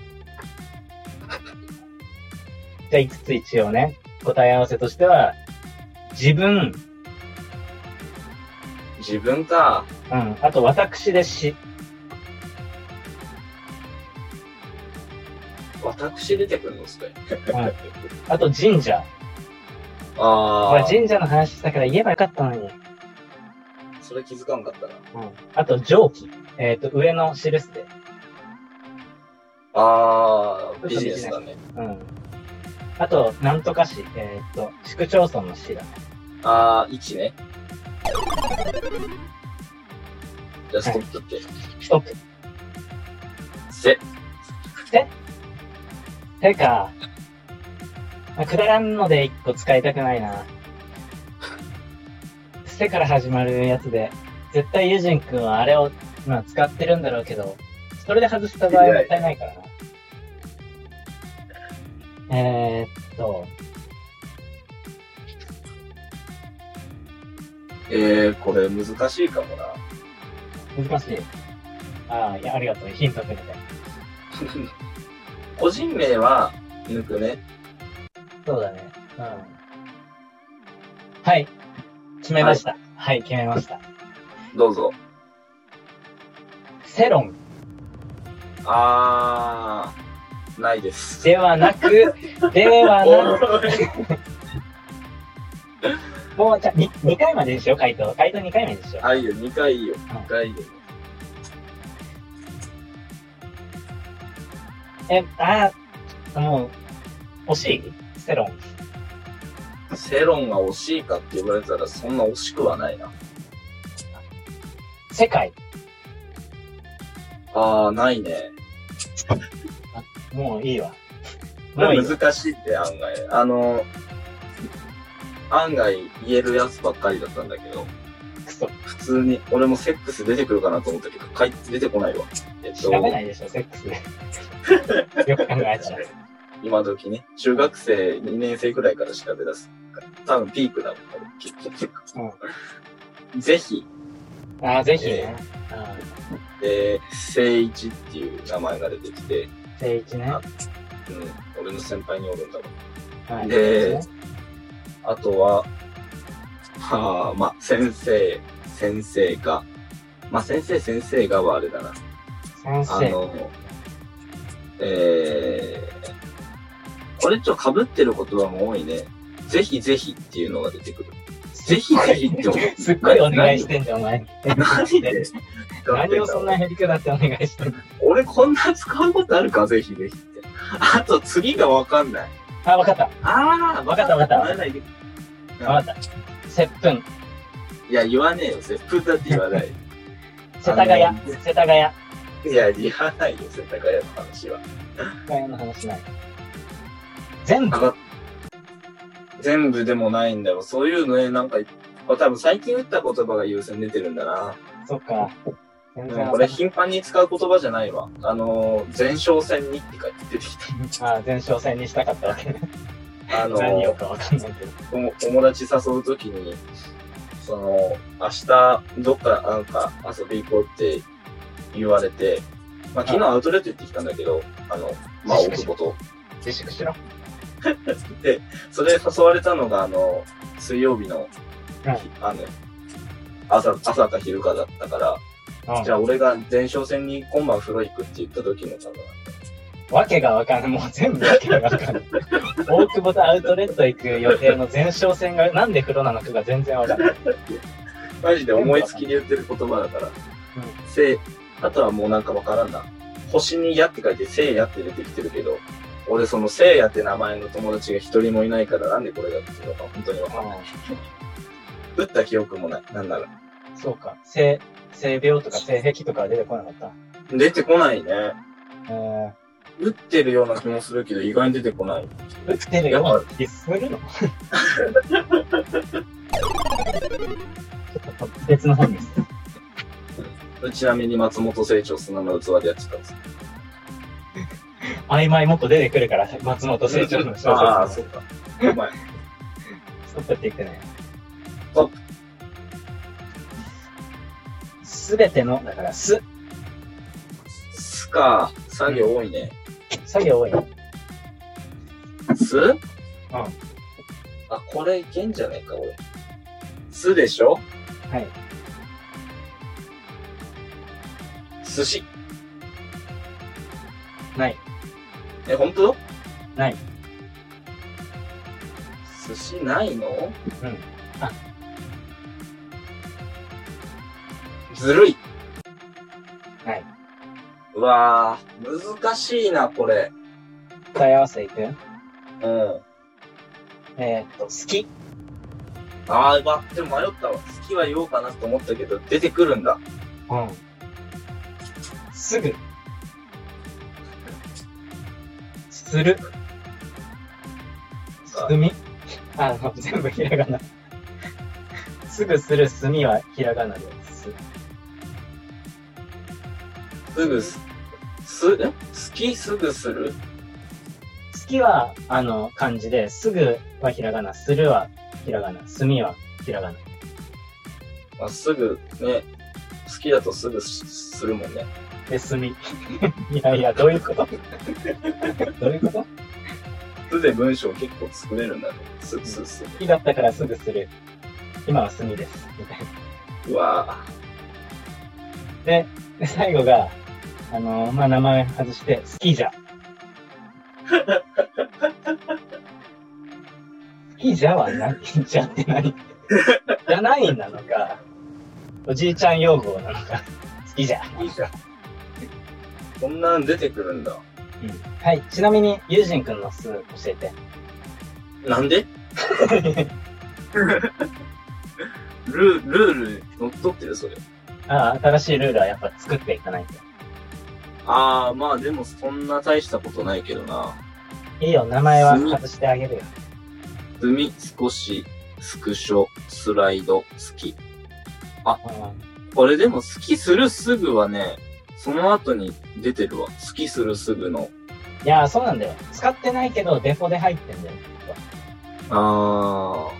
[SPEAKER 2] じゃあ、いくつ一応ね、答え合わせとしては、自分、
[SPEAKER 1] 自分か。
[SPEAKER 2] うん、あと私ですし、
[SPEAKER 1] 私出てくるのっすか
[SPEAKER 2] うん、あと神社。
[SPEAKER 1] あ
[SPEAKER 2] ま あ、
[SPEAKER 1] あ、
[SPEAKER 2] 神社の話したから言えばよかったのに。うん。
[SPEAKER 1] それ気づかんかったな。
[SPEAKER 2] あと蒸気。えっ、と、上の印で。
[SPEAKER 1] ああ、ビジネスだね。
[SPEAKER 2] うん。あと、なんとか市。えっ、と、市区町村の市だ。
[SPEAKER 1] ああ、位置ね。じゃあ、ストップって。
[SPEAKER 2] ストップ。
[SPEAKER 1] せ、
[SPEAKER 2] てか、まあくだらんので一個使いたくないな。せから始まるやつで、絶対ユージンくんはあれを、まあ、使ってるんだろうけど、それで外した場合はもったいないからな。えー、っと、
[SPEAKER 1] えー、これ難しいかもな。
[SPEAKER 2] 難しい。ああ、いや、ありがとう。ヒントくれて。
[SPEAKER 1] 個人名は抜くね。
[SPEAKER 2] そうだね。うん。はい。決めました。はい、決めました。
[SPEAKER 1] どうぞ。
[SPEAKER 2] セロン
[SPEAKER 1] あー、ないです。
[SPEAKER 2] ではな く、ではなく、もう、じゃあ、に2回までにしよう、回答。回答2回目にしよ
[SPEAKER 1] あ、いいよ、2回いいよ、2回いいよ。
[SPEAKER 2] う。え、あーもう、惜しいセロン。
[SPEAKER 1] セロンが惜しいかって言われたら、そんな惜しくはないな。
[SPEAKER 2] 世界。
[SPEAKER 1] あー、ないね。
[SPEAKER 2] もういいわ。
[SPEAKER 1] こ
[SPEAKER 2] もうい
[SPEAKER 1] れ
[SPEAKER 2] いわ。
[SPEAKER 1] 難しいって案外。あの、案外言えるやつばっかりだったんだけど、
[SPEAKER 2] クソ。
[SPEAKER 1] 普通に、俺もセックス出てくるかなと思ったけど、かい出てこないわ。えっ
[SPEAKER 2] 調べないでしょ、セックス で。よく考えちゃう。
[SPEAKER 1] 今時ね、中学生2年生くらいから調べ出すから。多分ピークだもん、結構。ぜひ、
[SPEAKER 2] ああ、ぜひね。
[SPEAKER 1] えー、聖一っていう名前が出てきて、
[SPEAKER 2] うん。聖一ね。
[SPEAKER 1] うん、俺の先輩におるんだろう。
[SPEAKER 2] はい。
[SPEAKER 1] であとは、はあ、まあ、先生、先生が、まあ、先生、先生がはあれだな。
[SPEAKER 2] 先
[SPEAKER 1] あ
[SPEAKER 2] 生。
[SPEAKER 1] の、えー、これちょっと被ってる言葉も多いね。ぜひぜひっていうのが出てくる。ぜひぜひって思う。
[SPEAKER 2] すっごいお願いしてんじゃん、お前。
[SPEAKER 1] 何で
[SPEAKER 2] 何をそんな
[SPEAKER 1] に。
[SPEAKER 2] へりくだってお願いしてんの
[SPEAKER 1] 俺こんな使うことあるかぜひぜひって。あと次がわかんない。
[SPEAKER 2] あ、わかった。
[SPEAKER 1] ああ、
[SPEAKER 2] わかったわかった
[SPEAKER 1] 言わないで
[SPEAKER 2] わかった。接吻。
[SPEAKER 1] いや、言わねえよ。セップだって言わない。
[SPEAKER 2] 世田谷。世田谷。世
[SPEAKER 1] いや、言わないよ。世田谷の話は。
[SPEAKER 2] 田谷の話ない。全部。
[SPEAKER 1] 全部でもないんだよ。そういうのね、なんか、多分最近打った言葉が優先出てるんだな。
[SPEAKER 2] そっか。全
[SPEAKER 1] うん
[SPEAKER 2] 然
[SPEAKER 1] これ頻繁に使う言葉じゃないわ。あのー、前哨戦にって書いて出てき
[SPEAKER 2] ああ、前哨戦にしたかったわけね。
[SPEAKER 1] た。あのー、
[SPEAKER 2] 何をかわかんないけど。
[SPEAKER 1] 友友達誘うときに、その、明日どっかなんか遊び行こうって言われて、まあ昨日アウトレット行ってきたんだけど、あの、まあ
[SPEAKER 2] 自
[SPEAKER 1] 大
[SPEAKER 2] 粛し
[SPEAKER 1] 久保と。
[SPEAKER 2] 自粛しろ。
[SPEAKER 1] で、それ誘われたのが、あの、水曜日の、
[SPEAKER 2] はい
[SPEAKER 1] あの、朝、朝か昼かだったから、
[SPEAKER 2] うん
[SPEAKER 1] じゃあ俺が前哨戦に今晩風呂行くって言った時の多分、
[SPEAKER 2] わけがわかんない。もう全部わけがわかんない。大久保とアウトレット行く予定の前哨戦が、なんで風呂なのかが全然わかんない。
[SPEAKER 1] マジで思いつきで言ってる言葉だから、せい、あとはもうなんかわからんな。星にやって書いて、せいやって出てきてるけど、俺そのせいやって名前の友達が一人もいないから、なんでこれがっていうのか本当にわかんない。打った記憶もない。なんなら。
[SPEAKER 2] うんそうか。性、性病とか性癖とかは出てこなかった。
[SPEAKER 1] 出てこないね。
[SPEAKER 2] え
[SPEAKER 1] 打ってるような気もするけど、意外に出てこない。
[SPEAKER 2] ー、打ってる
[SPEAKER 1] や
[SPEAKER 2] よ。気するの ちょっと別の本です。
[SPEAKER 1] ちなみに松本清張砂の器でやってたんです。
[SPEAKER 2] 曖昧もっと出てくるから、松本清張の小説も。
[SPEAKER 1] ああ、そっか。うまい。
[SPEAKER 2] ストップっていくね。
[SPEAKER 1] ストッ
[SPEAKER 2] すべての、だから、す、
[SPEAKER 1] すか、作業多いね。
[SPEAKER 2] 作業多いの。
[SPEAKER 1] すうん。あ、これいけんじゃないか、俺。すでしょ
[SPEAKER 2] はい。
[SPEAKER 1] 寿司。
[SPEAKER 2] ない。
[SPEAKER 1] え、本当
[SPEAKER 2] ない。
[SPEAKER 1] 寿司ないの
[SPEAKER 2] うん。あ
[SPEAKER 1] ずるい。
[SPEAKER 2] はいう
[SPEAKER 1] わぁ、難しいな、これ。
[SPEAKER 2] 答え合わせいく
[SPEAKER 1] うん。
[SPEAKER 2] えー、っと、好き。
[SPEAKER 1] あー、ば、でも迷ったわ。好きは言おうかなと思ったけど、出てくるんだ。
[SPEAKER 2] うん。すぐ。する。すみあの、全部ひらがな。すぐするすみはひらがなです。
[SPEAKER 1] すぐす、す、ん好きすぐする
[SPEAKER 2] 好きは、あの、漢字で、すぐはひらがな、するはひらがな、すみはひらがな。
[SPEAKER 1] まあ、すぐ、ね、好きだとすぐしするもんね。
[SPEAKER 2] で、すみ。 いやいや、どういうことどういうこと好
[SPEAKER 1] すで文章結構作れるんだね。す、す、す。
[SPEAKER 2] きだったからすぐする。今はすみです。みたいな
[SPEAKER 1] うわ
[SPEAKER 2] で、で最後が、あの、まあ、名前外して、好きじゃ。好きじゃは何じゃって 何じゃないなのか、おじいちゃん用語なのか、好きじゃ。
[SPEAKER 1] ぁ。いいじゃん。こんなん出てくるんだ。
[SPEAKER 2] はい、ちなみに、ゆうじんくんの数教えて。
[SPEAKER 1] なんで ルールールにのっとってる、それ。
[SPEAKER 2] ああ、新しいルールはやっぱ作っていかないと。
[SPEAKER 1] ああ、まあでもそんな大したことないけどな。
[SPEAKER 2] いいよ、名前は外してあげるよ。
[SPEAKER 1] み少し、スクショ、スライド、好き。
[SPEAKER 2] うん
[SPEAKER 1] これでも好きするすぐはね、その後に出てるわ。好きするすぐの。
[SPEAKER 2] いやー、そうなんだよ。使ってないけど、デフォで入ってんだよ。
[SPEAKER 1] ああ、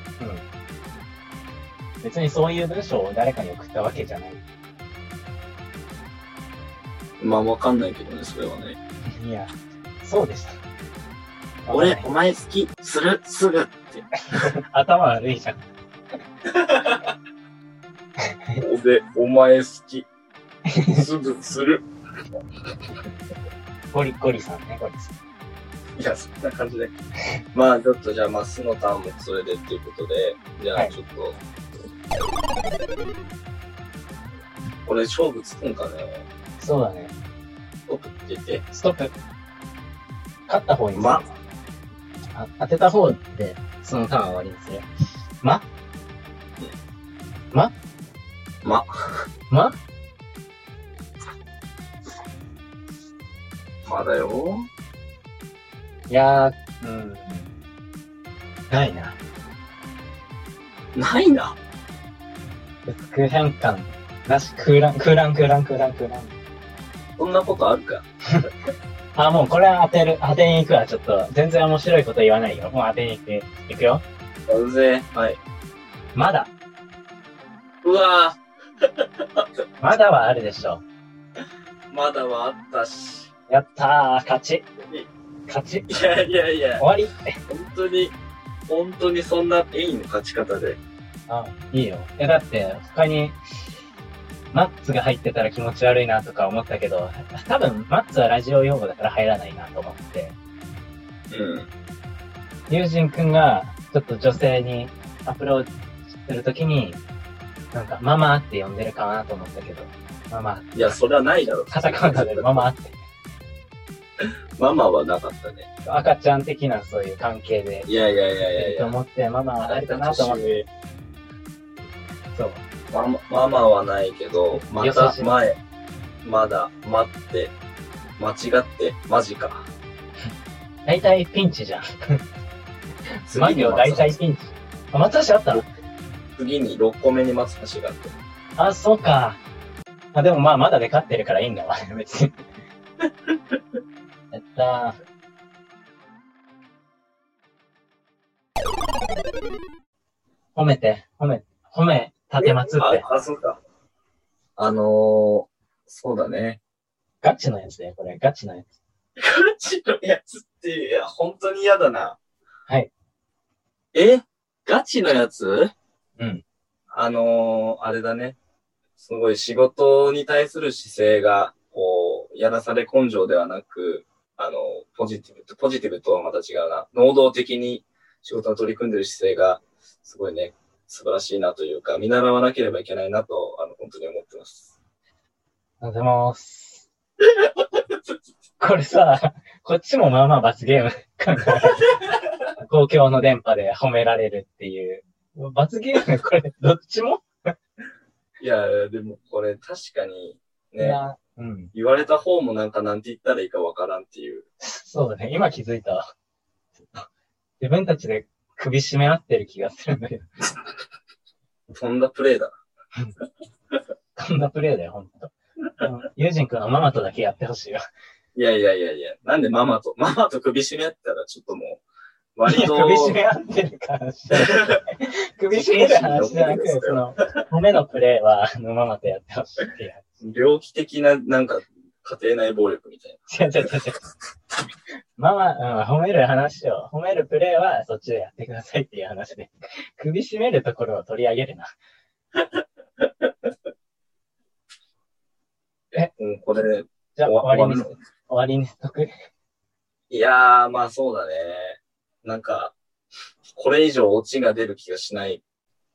[SPEAKER 2] 別にそういう文章を誰かに送ったわけじゃない。
[SPEAKER 1] まあわかんないけどね、それはね。
[SPEAKER 2] いや、そうでした。
[SPEAKER 1] 俺、
[SPEAKER 2] 頭
[SPEAKER 1] お前好き、する、すぐって。
[SPEAKER 2] 頭悪いじゃん。
[SPEAKER 1] 俺、お前好き、すぐ、する。
[SPEAKER 2] ゴリゴリさんね、ゴリさん。
[SPEAKER 1] いや、そんな感じだけど。まあちょっとじゃあ、まあ、すのターンもそれでっていうことで、じゃ
[SPEAKER 2] は
[SPEAKER 1] あ
[SPEAKER 2] い
[SPEAKER 1] ちょっと。これ勝負つくんかね
[SPEAKER 2] そうだね。
[SPEAKER 1] トップって言って。
[SPEAKER 2] ストップ。勝った方にする
[SPEAKER 1] ま
[SPEAKER 2] あ当てた方で、そのターン終わりにする。まま
[SPEAKER 1] ま
[SPEAKER 2] ま
[SPEAKER 1] まあだよ。
[SPEAKER 2] いやー、うん。ないな。
[SPEAKER 1] ないな。
[SPEAKER 2] 空変換。なし、空欄、空欄、空欄、空欄、空欄。
[SPEAKER 1] そんなことあるか。
[SPEAKER 2] あ、もうこれは当てる。当てに行くわ、ちょっと。全然面白いこと言わないよ。もう当てに行く。行くよ。
[SPEAKER 1] やるぜ。はい。
[SPEAKER 2] まだ。
[SPEAKER 1] うわ
[SPEAKER 2] まだはあるでしょ
[SPEAKER 1] ぁ、まだはあったし。
[SPEAKER 2] う。やったー、勝ち。勝ち。
[SPEAKER 1] いやいやいや
[SPEAKER 2] 終、わり。
[SPEAKER 1] 本当に、本当にそんな、いいの勝ち方で。
[SPEAKER 2] あ、いいよ。え、だって、他に、マッツが入ってたら気持ち悪いなとか思ったけど、多分、マッツはラジオ用語だから入らないなと思って、
[SPEAKER 1] うん。
[SPEAKER 2] 友人くんが、ちょっと女性にアプローチするときに、なんか、ママって呼んでるかなと思ったけど、ママ、
[SPEAKER 1] いや、それはないだろ。
[SPEAKER 2] カタカナでママって、
[SPEAKER 1] ママはなかったね。
[SPEAKER 2] 赤ちゃん的なそういう関係で、
[SPEAKER 1] いやいやいやい
[SPEAKER 2] い
[SPEAKER 1] や
[SPEAKER 2] る
[SPEAKER 1] い
[SPEAKER 2] と
[SPEAKER 1] や。
[SPEAKER 2] 思って、ママはあれかなと思って、そう。
[SPEAKER 1] ママママはないけど、ま
[SPEAKER 2] 優
[SPEAKER 1] た
[SPEAKER 2] しい
[SPEAKER 1] 前、まだ、待って、間違って、マジか。
[SPEAKER 2] 大体ピンチじゃん。マ
[SPEAKER 1] 次
[SPEAKER 2] リ
[SPEAKER 1] に
[SPEAKER 2] オ
[SPEAKER 1] 待
[SPEAKER 2] 大
[SPEAKER 1] つ
[SPEAKER 2] 体ピンチ。あ、松橋あったの
[SPEAKER 1] 次に6個目に待つ橋があって。
[SPEAKER 2] あ、そうか。まあでもまあまだで勝ってるからいいんだわ、 別に。やったー。褒めて、褒め、褒め、立てまつって。
[SPEAKER 1] あ、あ、そうか。あのー、そうだね。
[SPEAKER 2] ガチのやつだよ、これ。ガチのやつ。
[SPEAKER 1] ガチのやつって、いや、本当に嫌だな。
[SPEAKER 2] はい。
[SPEAKER 1] えガチのやつ
[SPEAKER 2] うん。
[SPEAKER 1] あのー、あれだね。すごい仕事に対する姿勢が、こう、やらされ根性ではなく、あの、ポジティブと、ポジティブとはまた違うな。能動的に仕事に取り組んでる姿勢が、すごいね、素晴らしいなというか、見習わなければいけないなと、あの、本当に思ってます。
[SPEAKER 2] おはようございます。 これさ、こっちもまあまあ罰 ゲーム感がある。公共の電波で褒められるっていう。罰ゲーム、これ、どっちも、
[SPEAKER 1] いや、でもこれ確かに、
[SPEAKER 2] い
[SPEAKER 1] ね、
[SPEAKER 2] やうん。
[SPEAKER 1] 言われた方もなんかなんて言ったらいいかわからんっていう。
[SPEAKER 2] そうだね。今気づいたわ。自分たちで首絞め合ってる気がするんだけど。
[SPEAKER 1] とんだプレイだ。
[SPEAKER 2] こんなプレイだよ、ほんと。でもユージン君のママとだけやってほしいよ。
[SPEAKER 1] いやいやいやいや、なんでママと、ママと首絞め合ったらちょっともう、割と、
[SPEAKER 2] 首絞め合ってるからして首絞める話じゃなくて、その、褒めのプレイは、あの、ママとやってほしいっていう。
[SPEAKER 1] 猟奇的な、なんか、家庭内暴力みたい
[SPEAKER 2] 違う違う違う違う。ママ、うん、褒める話を、褒めるプレイはそっちでやってくださいっていう話で、首絞めるところを取り上げるな。
[SPEAKER 1] な。うん、これ、
[SPEAKER 2] じゃあ
[SPEAKER 1] 終わ
[SPEAKER 2] 終わりに、
[SPEAKER 1] 終
[SPEAKER 2] 終わりにしとく。
[SPEAKER 1] いやー、まあそうだね。なんか、これ以上オチが出る気がしない。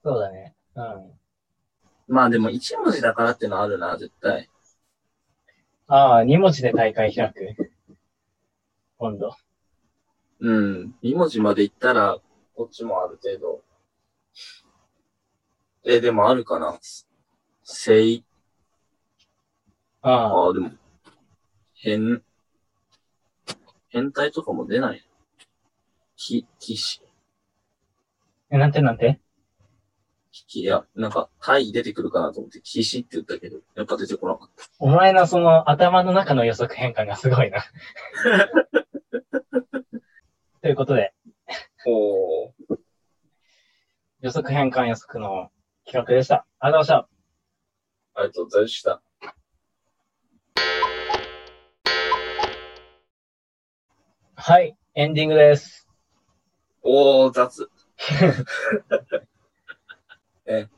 [SPEAKER 2] そうだね。うん。
[SPEAKER 1] まあでも一文字だからってのあるな、絶対。
[SPEAKER 2] ああ、2文字で大会開く。今度。
[SPEAKER 1] うん、二文字までいったら、こっちもある程度。え、でもあるかな。せい、
[SPEAKER 2] ああ、
[SPEAKER 1] ああ、でも、変、変態とかも出ない。き、騎士、
[SPEAKER 2] え、なんてなんて
[SPEAKER 1] き、いや、なんか、タイ出てくるかなと思って、騎士って言ったけど、やっぱ出てこなかっ
[SPEAKER 2] お前のその頭の中の予測変換がすごいな。ということで、
[SPEAKER 1] た。おー、
[SPEAKER 2] 予測変換予測の企画でした。ありがとうございました。
[SPEAKER 1] ありがとうございました。
[SPEAKER 2] はい、エンディングです。
[SPEAKER 1] おー、雑。 え、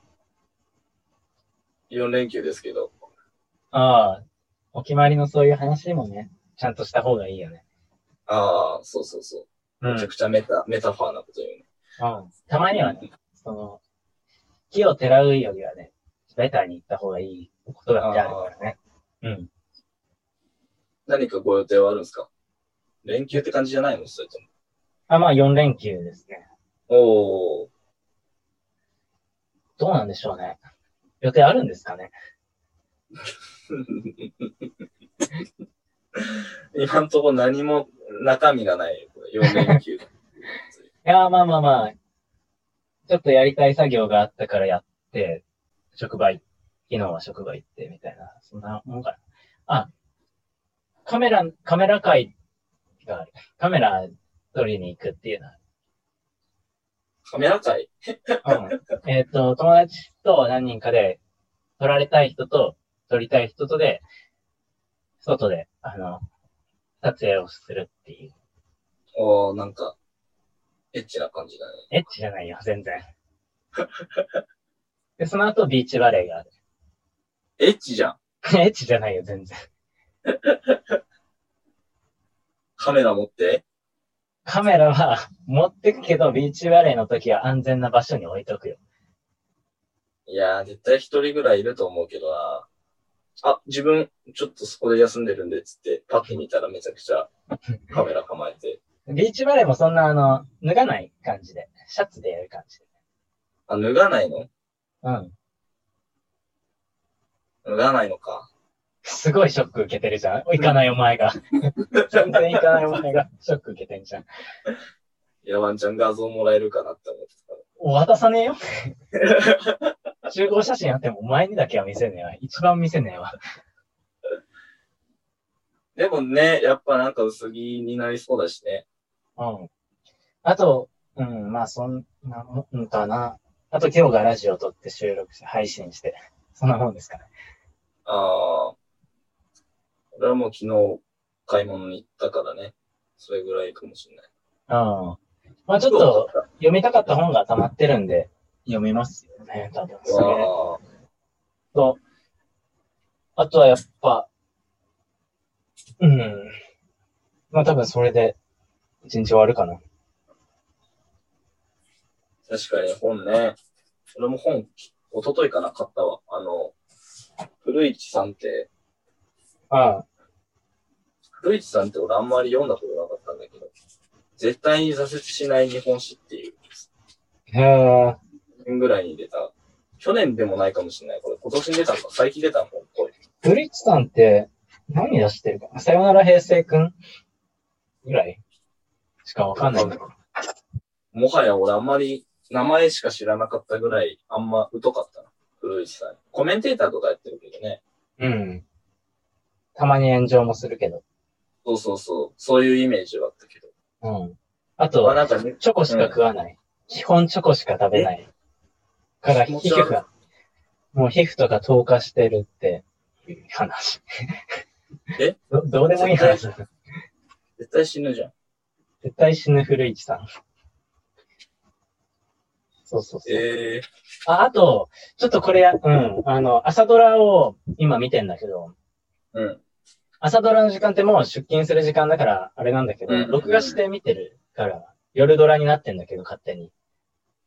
[SPEAKER 1] 4連休ですけど、
[SPEAKER 2] ああ、お決まりのそういう話もね、ちゃんとした方がいいよね。
[SPEAKER 1] ああ、そうそうそうう。めちゃくちゃメタ、メタファーなこと言うね。
[SPEAKER 2] たまにはね、その、木をてらうよりはね、ベターに行った方がいいことだってあるからね。うん。
[SPEAKER 1] 何かご予定はあるんですか連休って感じじゃないのそれとも。
[SPEAKER 2] あ、まあ4連休ですね。
[SPEAKER 1] おー。
[SPEAKER 2] どうなんでしょうね。予定あるんですかね。
[SPEAKER 1] 今んとこ何も中身がない。4連 休。
[SPEAKER 2] いやー、まあまあまあ、ちょっとやりたい作業があったからやって、職場行昨日は職場行ってみたいな、そんなもんかな。あ、カメラ、カメラ会がある。カメラ撮りに行くっていうのは
[SPEAKER 1] カメラ会
[SPEAKER 2] うんえっ、と、友達と何人かで、撮られたい人と、撮りたい人とで、外で、あの、撮影をするっていう。
[SPEAKER 1] おー、なんか、エッチな感じだね。
[SPEAKER 2] エッチじゃないよ、全然。で、その後、ビーチバレーがある。
[SPEAKER 1] エッチじゃん。
[SPEAKER 2] エッチじゃないよ、全然。
[SPEAKER 1] カメラ持って。
[SPEAKER 2] カメラは持ってくけど、ビーチバレーの時は安全な場所に置いとくよ。
[SPEAKER 1] いやー、絶対一人ぐらいいると思うけどな。あ、自分、ちょっとそこで休んでるんで、つって、パッて見たらめちゃく ちゃカメラ構えて。
[SPEAKER 2] ビーチバレーもそんな、あの、脱がない感じで、シャツでやる感じで。
[SPEAKER 1] あ、脱がないの
[SPEAKER 2] うん。
[SPEAKER 1] 脱がないのか。
[SPEAKER 2] すごいショック受けてるじゃん。行かないお前が。全然行かないお前がショック受けてんじゃん。
[SPEAKER 1] いや、ワンちゃん画像もらえるかなって思って
[SPEAKER 2] お渡さねえよ。集合写真あってもお前にだけは見せねえわ。一番見せねえわ。
[SPEAKER 1] でもね、やっぱなんか薄着になりそうだしね。
[SPEAKER 2] うん。あと、うん、まあそんなもんかな。あと今日がラジオ撮って収録して、配信して。 そんなもんですかね。
[SPEAKER 1] ああ。俺はもう昨日買い物に行ったからね。それぐらいかもしれない。
[SPEAKER 2] うん。まあちょっと、読みたかった本が溜まってるんで、読みますよね、多分。
[SPEAKER 1] う
[SPEAKER 2] それ
[SPEAKER 1] わあ。
[SPEAKER 2] と、あとはやっぱ、うん。まあ多分それで、一日終わるかな。
[SPEAKER 1] 確かに本ね。俺も本、一昨日かな、買ったわ。あの、古市さんって、
[SPEAKER 2] あ
[SPEAKER 1] 古市さんって俺あんまり読んだことなかったんだけど、絶対に挫折しない日本史っていう、
[SPEAKER 2] あ。へえ。
[SPEAKER 1] 去年ぐらいに出た、去年でもないかもしれない。これ今年に出たのか、最近出たの本これ。
[SPEAKER 2] ブリッツさんって、何出してるかなさよなら平成くんぐらいしかわかんないんだけど。
[SPEAKER 1] もはや俺あんまり名前しか知らなかったぐらい、あんま疎かったな。古市さん。コメンテーターとかやってるけどね。
[SPEAKER 2] うん。たまに炎上もするけど。
[SPEAKER 1] そうそうそう。そういうイメージはあったけど。
[SPEAKER 2] うん。あ
[SPEAKER 1] まあ
[SPEAKER 2] と、
[SPEAKER 1] なんかね、
[SPEAKER 2] チョコしか食わない。基本チョコしか食べない。から、
[SPEAKER 1] 気
[SPEAKER 2] 皮
[SPEAKER 1] 持ち悪い
[SPEAKER 2] 膚が、もう皮膚とか透過してるっていう話。
[SPEAKER 1] え
[SPEAKER 2] どどうでもいい話だ。
[SPEAKER 1] 絶対死ぬじゃん。
[SPEAKER 2] 絶対死ぬ古市さん。そうそうそう。
[SPEAKER 1] ええ
[SPEAKER 2] あ、あと、ちょっとこれや、うん、あの、朝ドラを今見てんだけど、
[SPEAKER 1] うん。
[SPEAKER 2] 朝ドラの時間ってもう出勤する時間だから、あれなんだけど、
[SPEAKER 1] うん
[SPEAKER 2] 録画して見てるから、夜ドラになってんだけど、勝手に。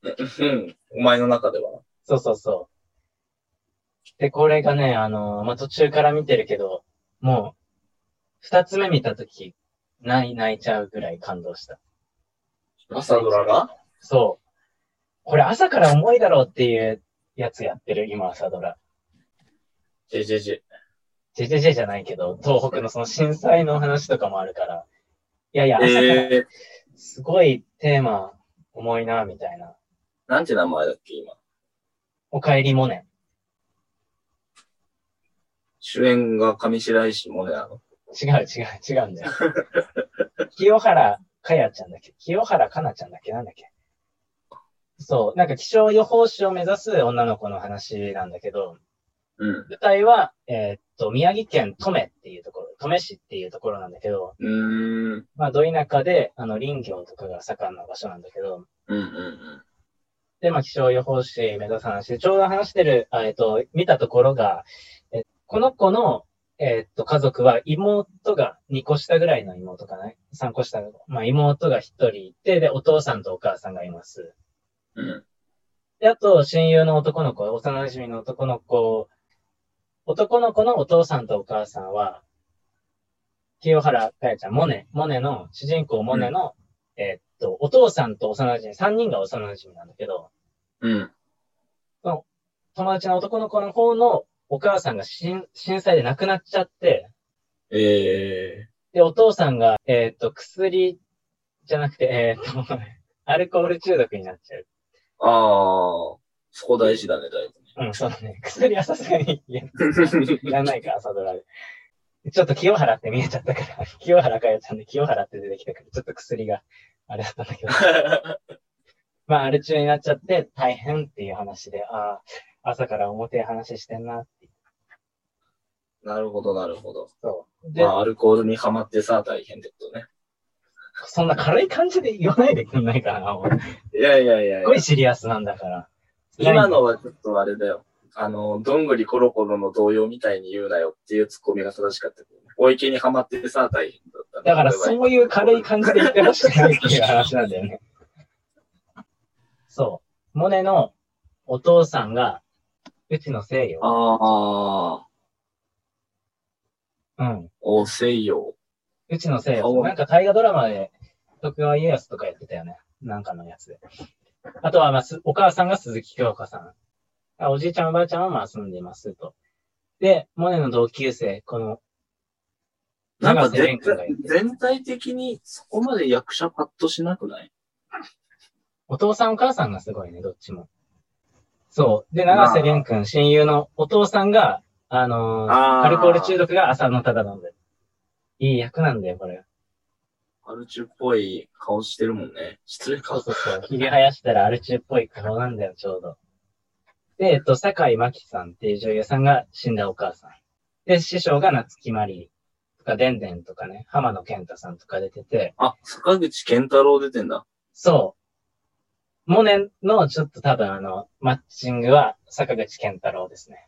[SPEAKER 1] うん。お前の中ではな。
[SPEAKER 2] そうそうそう。で、これがね、あの、まあ、途中から見てるけど、もう、二つ目見たとき、泣い、泣いちゃうぐらい感動した。
[SPEAKER 1] 朝ドラが
[SPEAKER 2] そう。これ朝から重いだろうっていうやつやってる、今朝ドラ。
[SPEAKER 1] ?JJJ。
[SPEAKER 2] JJJ じゃないけど、東北のその震災の話とかもあるから、いやいや、朝から
[SPEAKER 1] ええ
[SPEAKER 2] すごいテーマ重いな、みたいな。
[SPEAKER 1] なんて名前だっけ、今。
[SPEAKER 2] おかえりモネ。
[SPEAKER 1] 主演が上白石萌音なの。
[SPEAKER 2] 違う違う違うんだよ。 清原かやちゃんだっけ清原かなちゃんだっけなんだっけそう、なんか気象予報士を目指す女の子の話なんだけど、
[SPEAKER 1] うん。
[SPEAKER 2] 舞台は、えーっと、宮城県登米っていうところ、登米市っていうところなんだけど、
[SPEAKER 1] うーん。
[SPEAKER 2] まあ、ど田舎で、あの、林業とかが盛んな場所なんだけど、
[SPEAKER 1] うんうんうん。
[SPEAKER 2] で、まあ、気象予報士目指す話で、ちょうど話してる、あえっと、見たところが、えこの子の、えっと、家族は妹が2個下ぐらいの妹かな ?3 個下。まあ、妹が1人いて、で、お父さんとお母さんがいます。
[SPEAKER 1] うん。
[SPEAKER 2] で、あと、親友の男の子、幼馴染の男の子、男の子のお父さんとお母さんは、清原かやちゃん、モネ、モネの、主人公モネの、えっと、お父さんと幼馴染、3人が幼馴染なんだけど、
[SPEAKER 1] うん。
[SPEAKER 2] 友達の男の子の方のお母さんが震震災で亡くなっちゃって、
[SPEAKER 1] ええ
[SPEAKER 2] で、お父さんが、えーっと、薬じゃなくて、えーっと、 アルコール中毒になっちゃう。
[SPEAKER 1] ああ、そこ大事だね、だい
[SPEAKER 2] うん、そうだね。 薬はさすがにいや
[SPEAKER 1] ぶね。
[SPEAKER 2] いらないか、朝ドラで。ちょっと清原って見えちゃったから、 清原かよちゃんで清原って出てきたから、ちょっと薬があれだったんだけど。 まあ、アル中になっちゃって大変っていう話で、ああ、朝から表話してんなってい う。
[SPEAKER 1] なるほど、なるほど。
[SPEAKER 2] そう。で
[SPEAKER 1] ま、あ、アルコールにはまってさ、大変ってことね。
[SPEAKER 2] そんな軽い感じで言わないでくんないかな、もう
[SPEAKER 1] いやいやいやい
[SPEAKER 2] すご
[SPEAKER 1] や
[SPEAKER 2] いシリアスなんだから。
[SPEAKER 1] 今のはちょっとあれだよ。あの、どんぐりコロコロの童謡みたいに言うなよっていうツッコミが正しかったけどね。お池にはまってさ、大変だったね。
[SPEAKER 2] だからそういう軽い感じで言ってほしくないっていう話なんだよね。そう。モネのお父さんが、うちの西洋。
[SPEAKER 1] ああ、
[SPEAKER 2] うん。
[SPEAKER 1] おせよ。
[SPEAKER 2] うちの西
[SPEAKER 1] そ
[SPEAKER 2] 洋。
[SPEAKER 1] う
[SPEAKER 2] なんか大河ドラマで、徳川家康とかやってたよね。なんかのやつで。あとは、まあ、すお母さんが鈴木京香さん。あおじいちゃんおばあちゃんはまあ住んでいますと。で、モネの同級生、この、
[SPEAKER 1] なんか
[SPEAKER 2] 永瀬
[SPEAKER 1] 全
[SPEAKER 2] 廉君
[SPEAKER 1] 体
[SPEAKER 2] がいて。
[SPEAKER 1] 全体的にそこまで役者パッとしなくない
[SPEAKER 2] お父さんお母さんがすごいね、どっちも。そう。で、長瀬玄君、親友のお父さんが、あのー
[SPEAKER 1] あー
[SPEAKER 2] アルコール中毒が浅野忠信。いい役なんだよ、これ。
[SPEAKER 1] アルチュっぽい顔してるもんね。失礼
[SPEAKER 2] そ
[SPEAKER 1] か。
[SPEAKER 2] うそうそう。ひげ生やしたらアル中っぽい顔なんだよ、ちょうど。で、えっと、坂井真紀さんっていう女優さんが死んだお母さん。で、師匠が夏木マリーとか、でんでんとかね、浜野健太さんとか出てて、
[SPEAKER 1] あ、坂口健太郎出てんだ。
[SPEAKER 2] そう。モネのちょっと多分あの、マッチングは坂口健太郎ですね。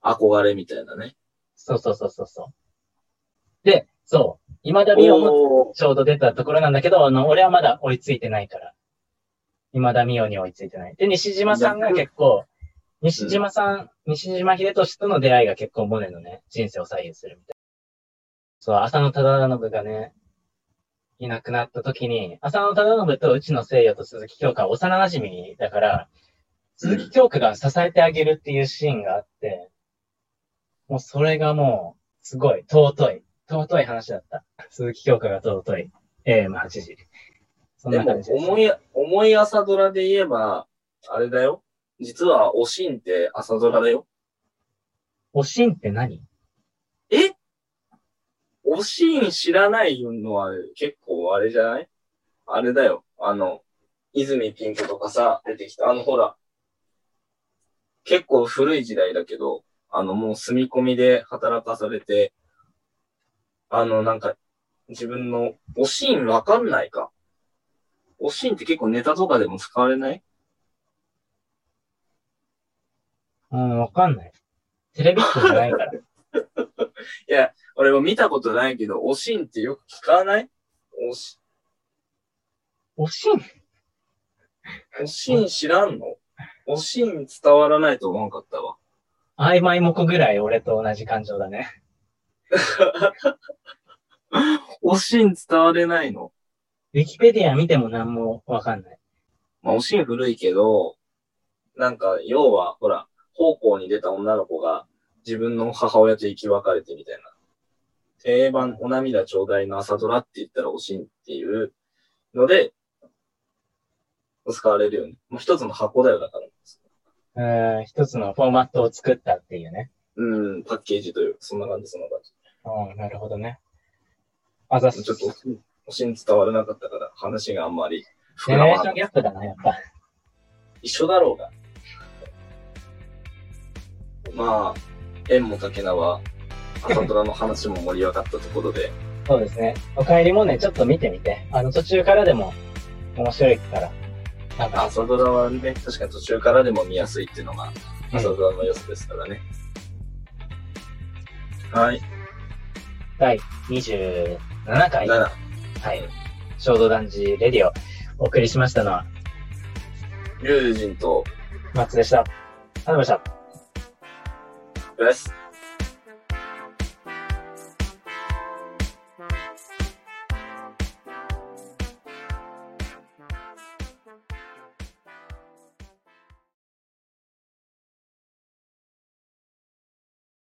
[SPEAKER 1] 憧れみたいなね。
[SPEAKER 2] そうそうそうそうそう。で、そう。今田美桜
[SPEAKER 1] お
[SPEAKER 2] も
[SPEAKER 1] ー
[SPEAKER 2] ちょうど出たところなんだけど、あの、俺はまだ追いついてないから。今田美桜に追いついてない。で、西島さんが結構、西島さん、西島秀俊との出会いが結構モネのね、人生を左右するみたいな。そう、浅野忠信がね、いなくなった時に、浅野忠信と内野聖也と鈴木京香は幼馴染だから、鈴木京香が支えてあげるっていうシーンがあって、もうそれがもう、すごい、尊い、尊い話だった。鈴木京香が尊い、AM8 時。そん
[SPEAKER 1] で
[SPEAKER 2] な
[SPEAKER 1] も
[SPEAKER 2] 感じ、です。
[SPEAKER 1] 重い、重い朝ドラで言えば、あれだよ。実は、おしんって朝ドラだよ。
[SPEAKER 2] おしんって何
[SPEAKER 1] えおしん知らないのは結構あれじゃないあれだよ。あの、泉ピン子とかさ、出てきた。あの、ほら。結構古い時代だけど、あの、もう住み込みで働かされて、あの、なんか、自分の、おしんわかんないか。おしんって結構ネタとかでも使われない
[SPEAKER 2] うん、わかんない。テレビっ子じゃないから。
[SPEAKER 1] いや、俺も見たことないけど、おしんってよく聞かないおし、
[SPEAKER 2] おしん
[SPEAKER 1] おしん知らんのおしん伝わらないと思わんかったわ。
[SPEAKER 2] 曖昧もこぐらい俺と同じ感情だね。
[SPEAKER 1] おしん伝われないの
[SPEAKER 2] ウィキペディア見ても何もわかんない。
[SPEAKER 1] まあ、おしん古いけど、なんか、要は、ほら、奉公に出た女の子が自分の母親と生き別れてみたいな。定番、お涙ちょうだいの朝ドラって言ったらおしんっていうので、使われるよね。もう一つの箱だよ、だから。
[SPEAKER 2] うん、一つのフォーマットを作ったっていうね。
[SPEAKER 1] うん、パッケージというか、そんな感じ、そんな感じ。
[SPEAKER 2] うん、なるほどね。あざす。
[SPEAKER 1] ちょっと、おしん伝わらなかったから、話があんまり
[SPEAKER 2] ジ
[SPEAKER 1] 膨
[SPEAKER 2] ェ
[SPEAKER 1] ら
[SPEAKER 2] ネレ
[SPEAKER 1] ま
[SPEAKER 2] ー
[SPEAKER 1] なかった。
[SPEAKER 2] ションギャップだな、やっぱ。
[SPEAKER 1] 一緒だろうが。まあ、縁も竹縄は、朝ドラの話も盛り上がったところで、
[SPEAKER 2] そうですね。お帰りもね、ちょっと見てみて。あの、途中からでも面白いから。多分
[SPEAKER 1] 朝ドラはね、確かに途中からでも見やすいっていうのが、
[SPEAKER 2] うん
[SPEAKER 1] 朝ドラの良さですからね。はい、
[SPEAKER 2] 第27回、は
[SPEAKER 1] 7、
[SPEAKER 2] い、衝動男児レディオ、お送りしましたのは、
[SPEAKER 1] 龍神と
[SPEAKER 2] 松でした。ありがとうございました。
[SPEAKER 1] です。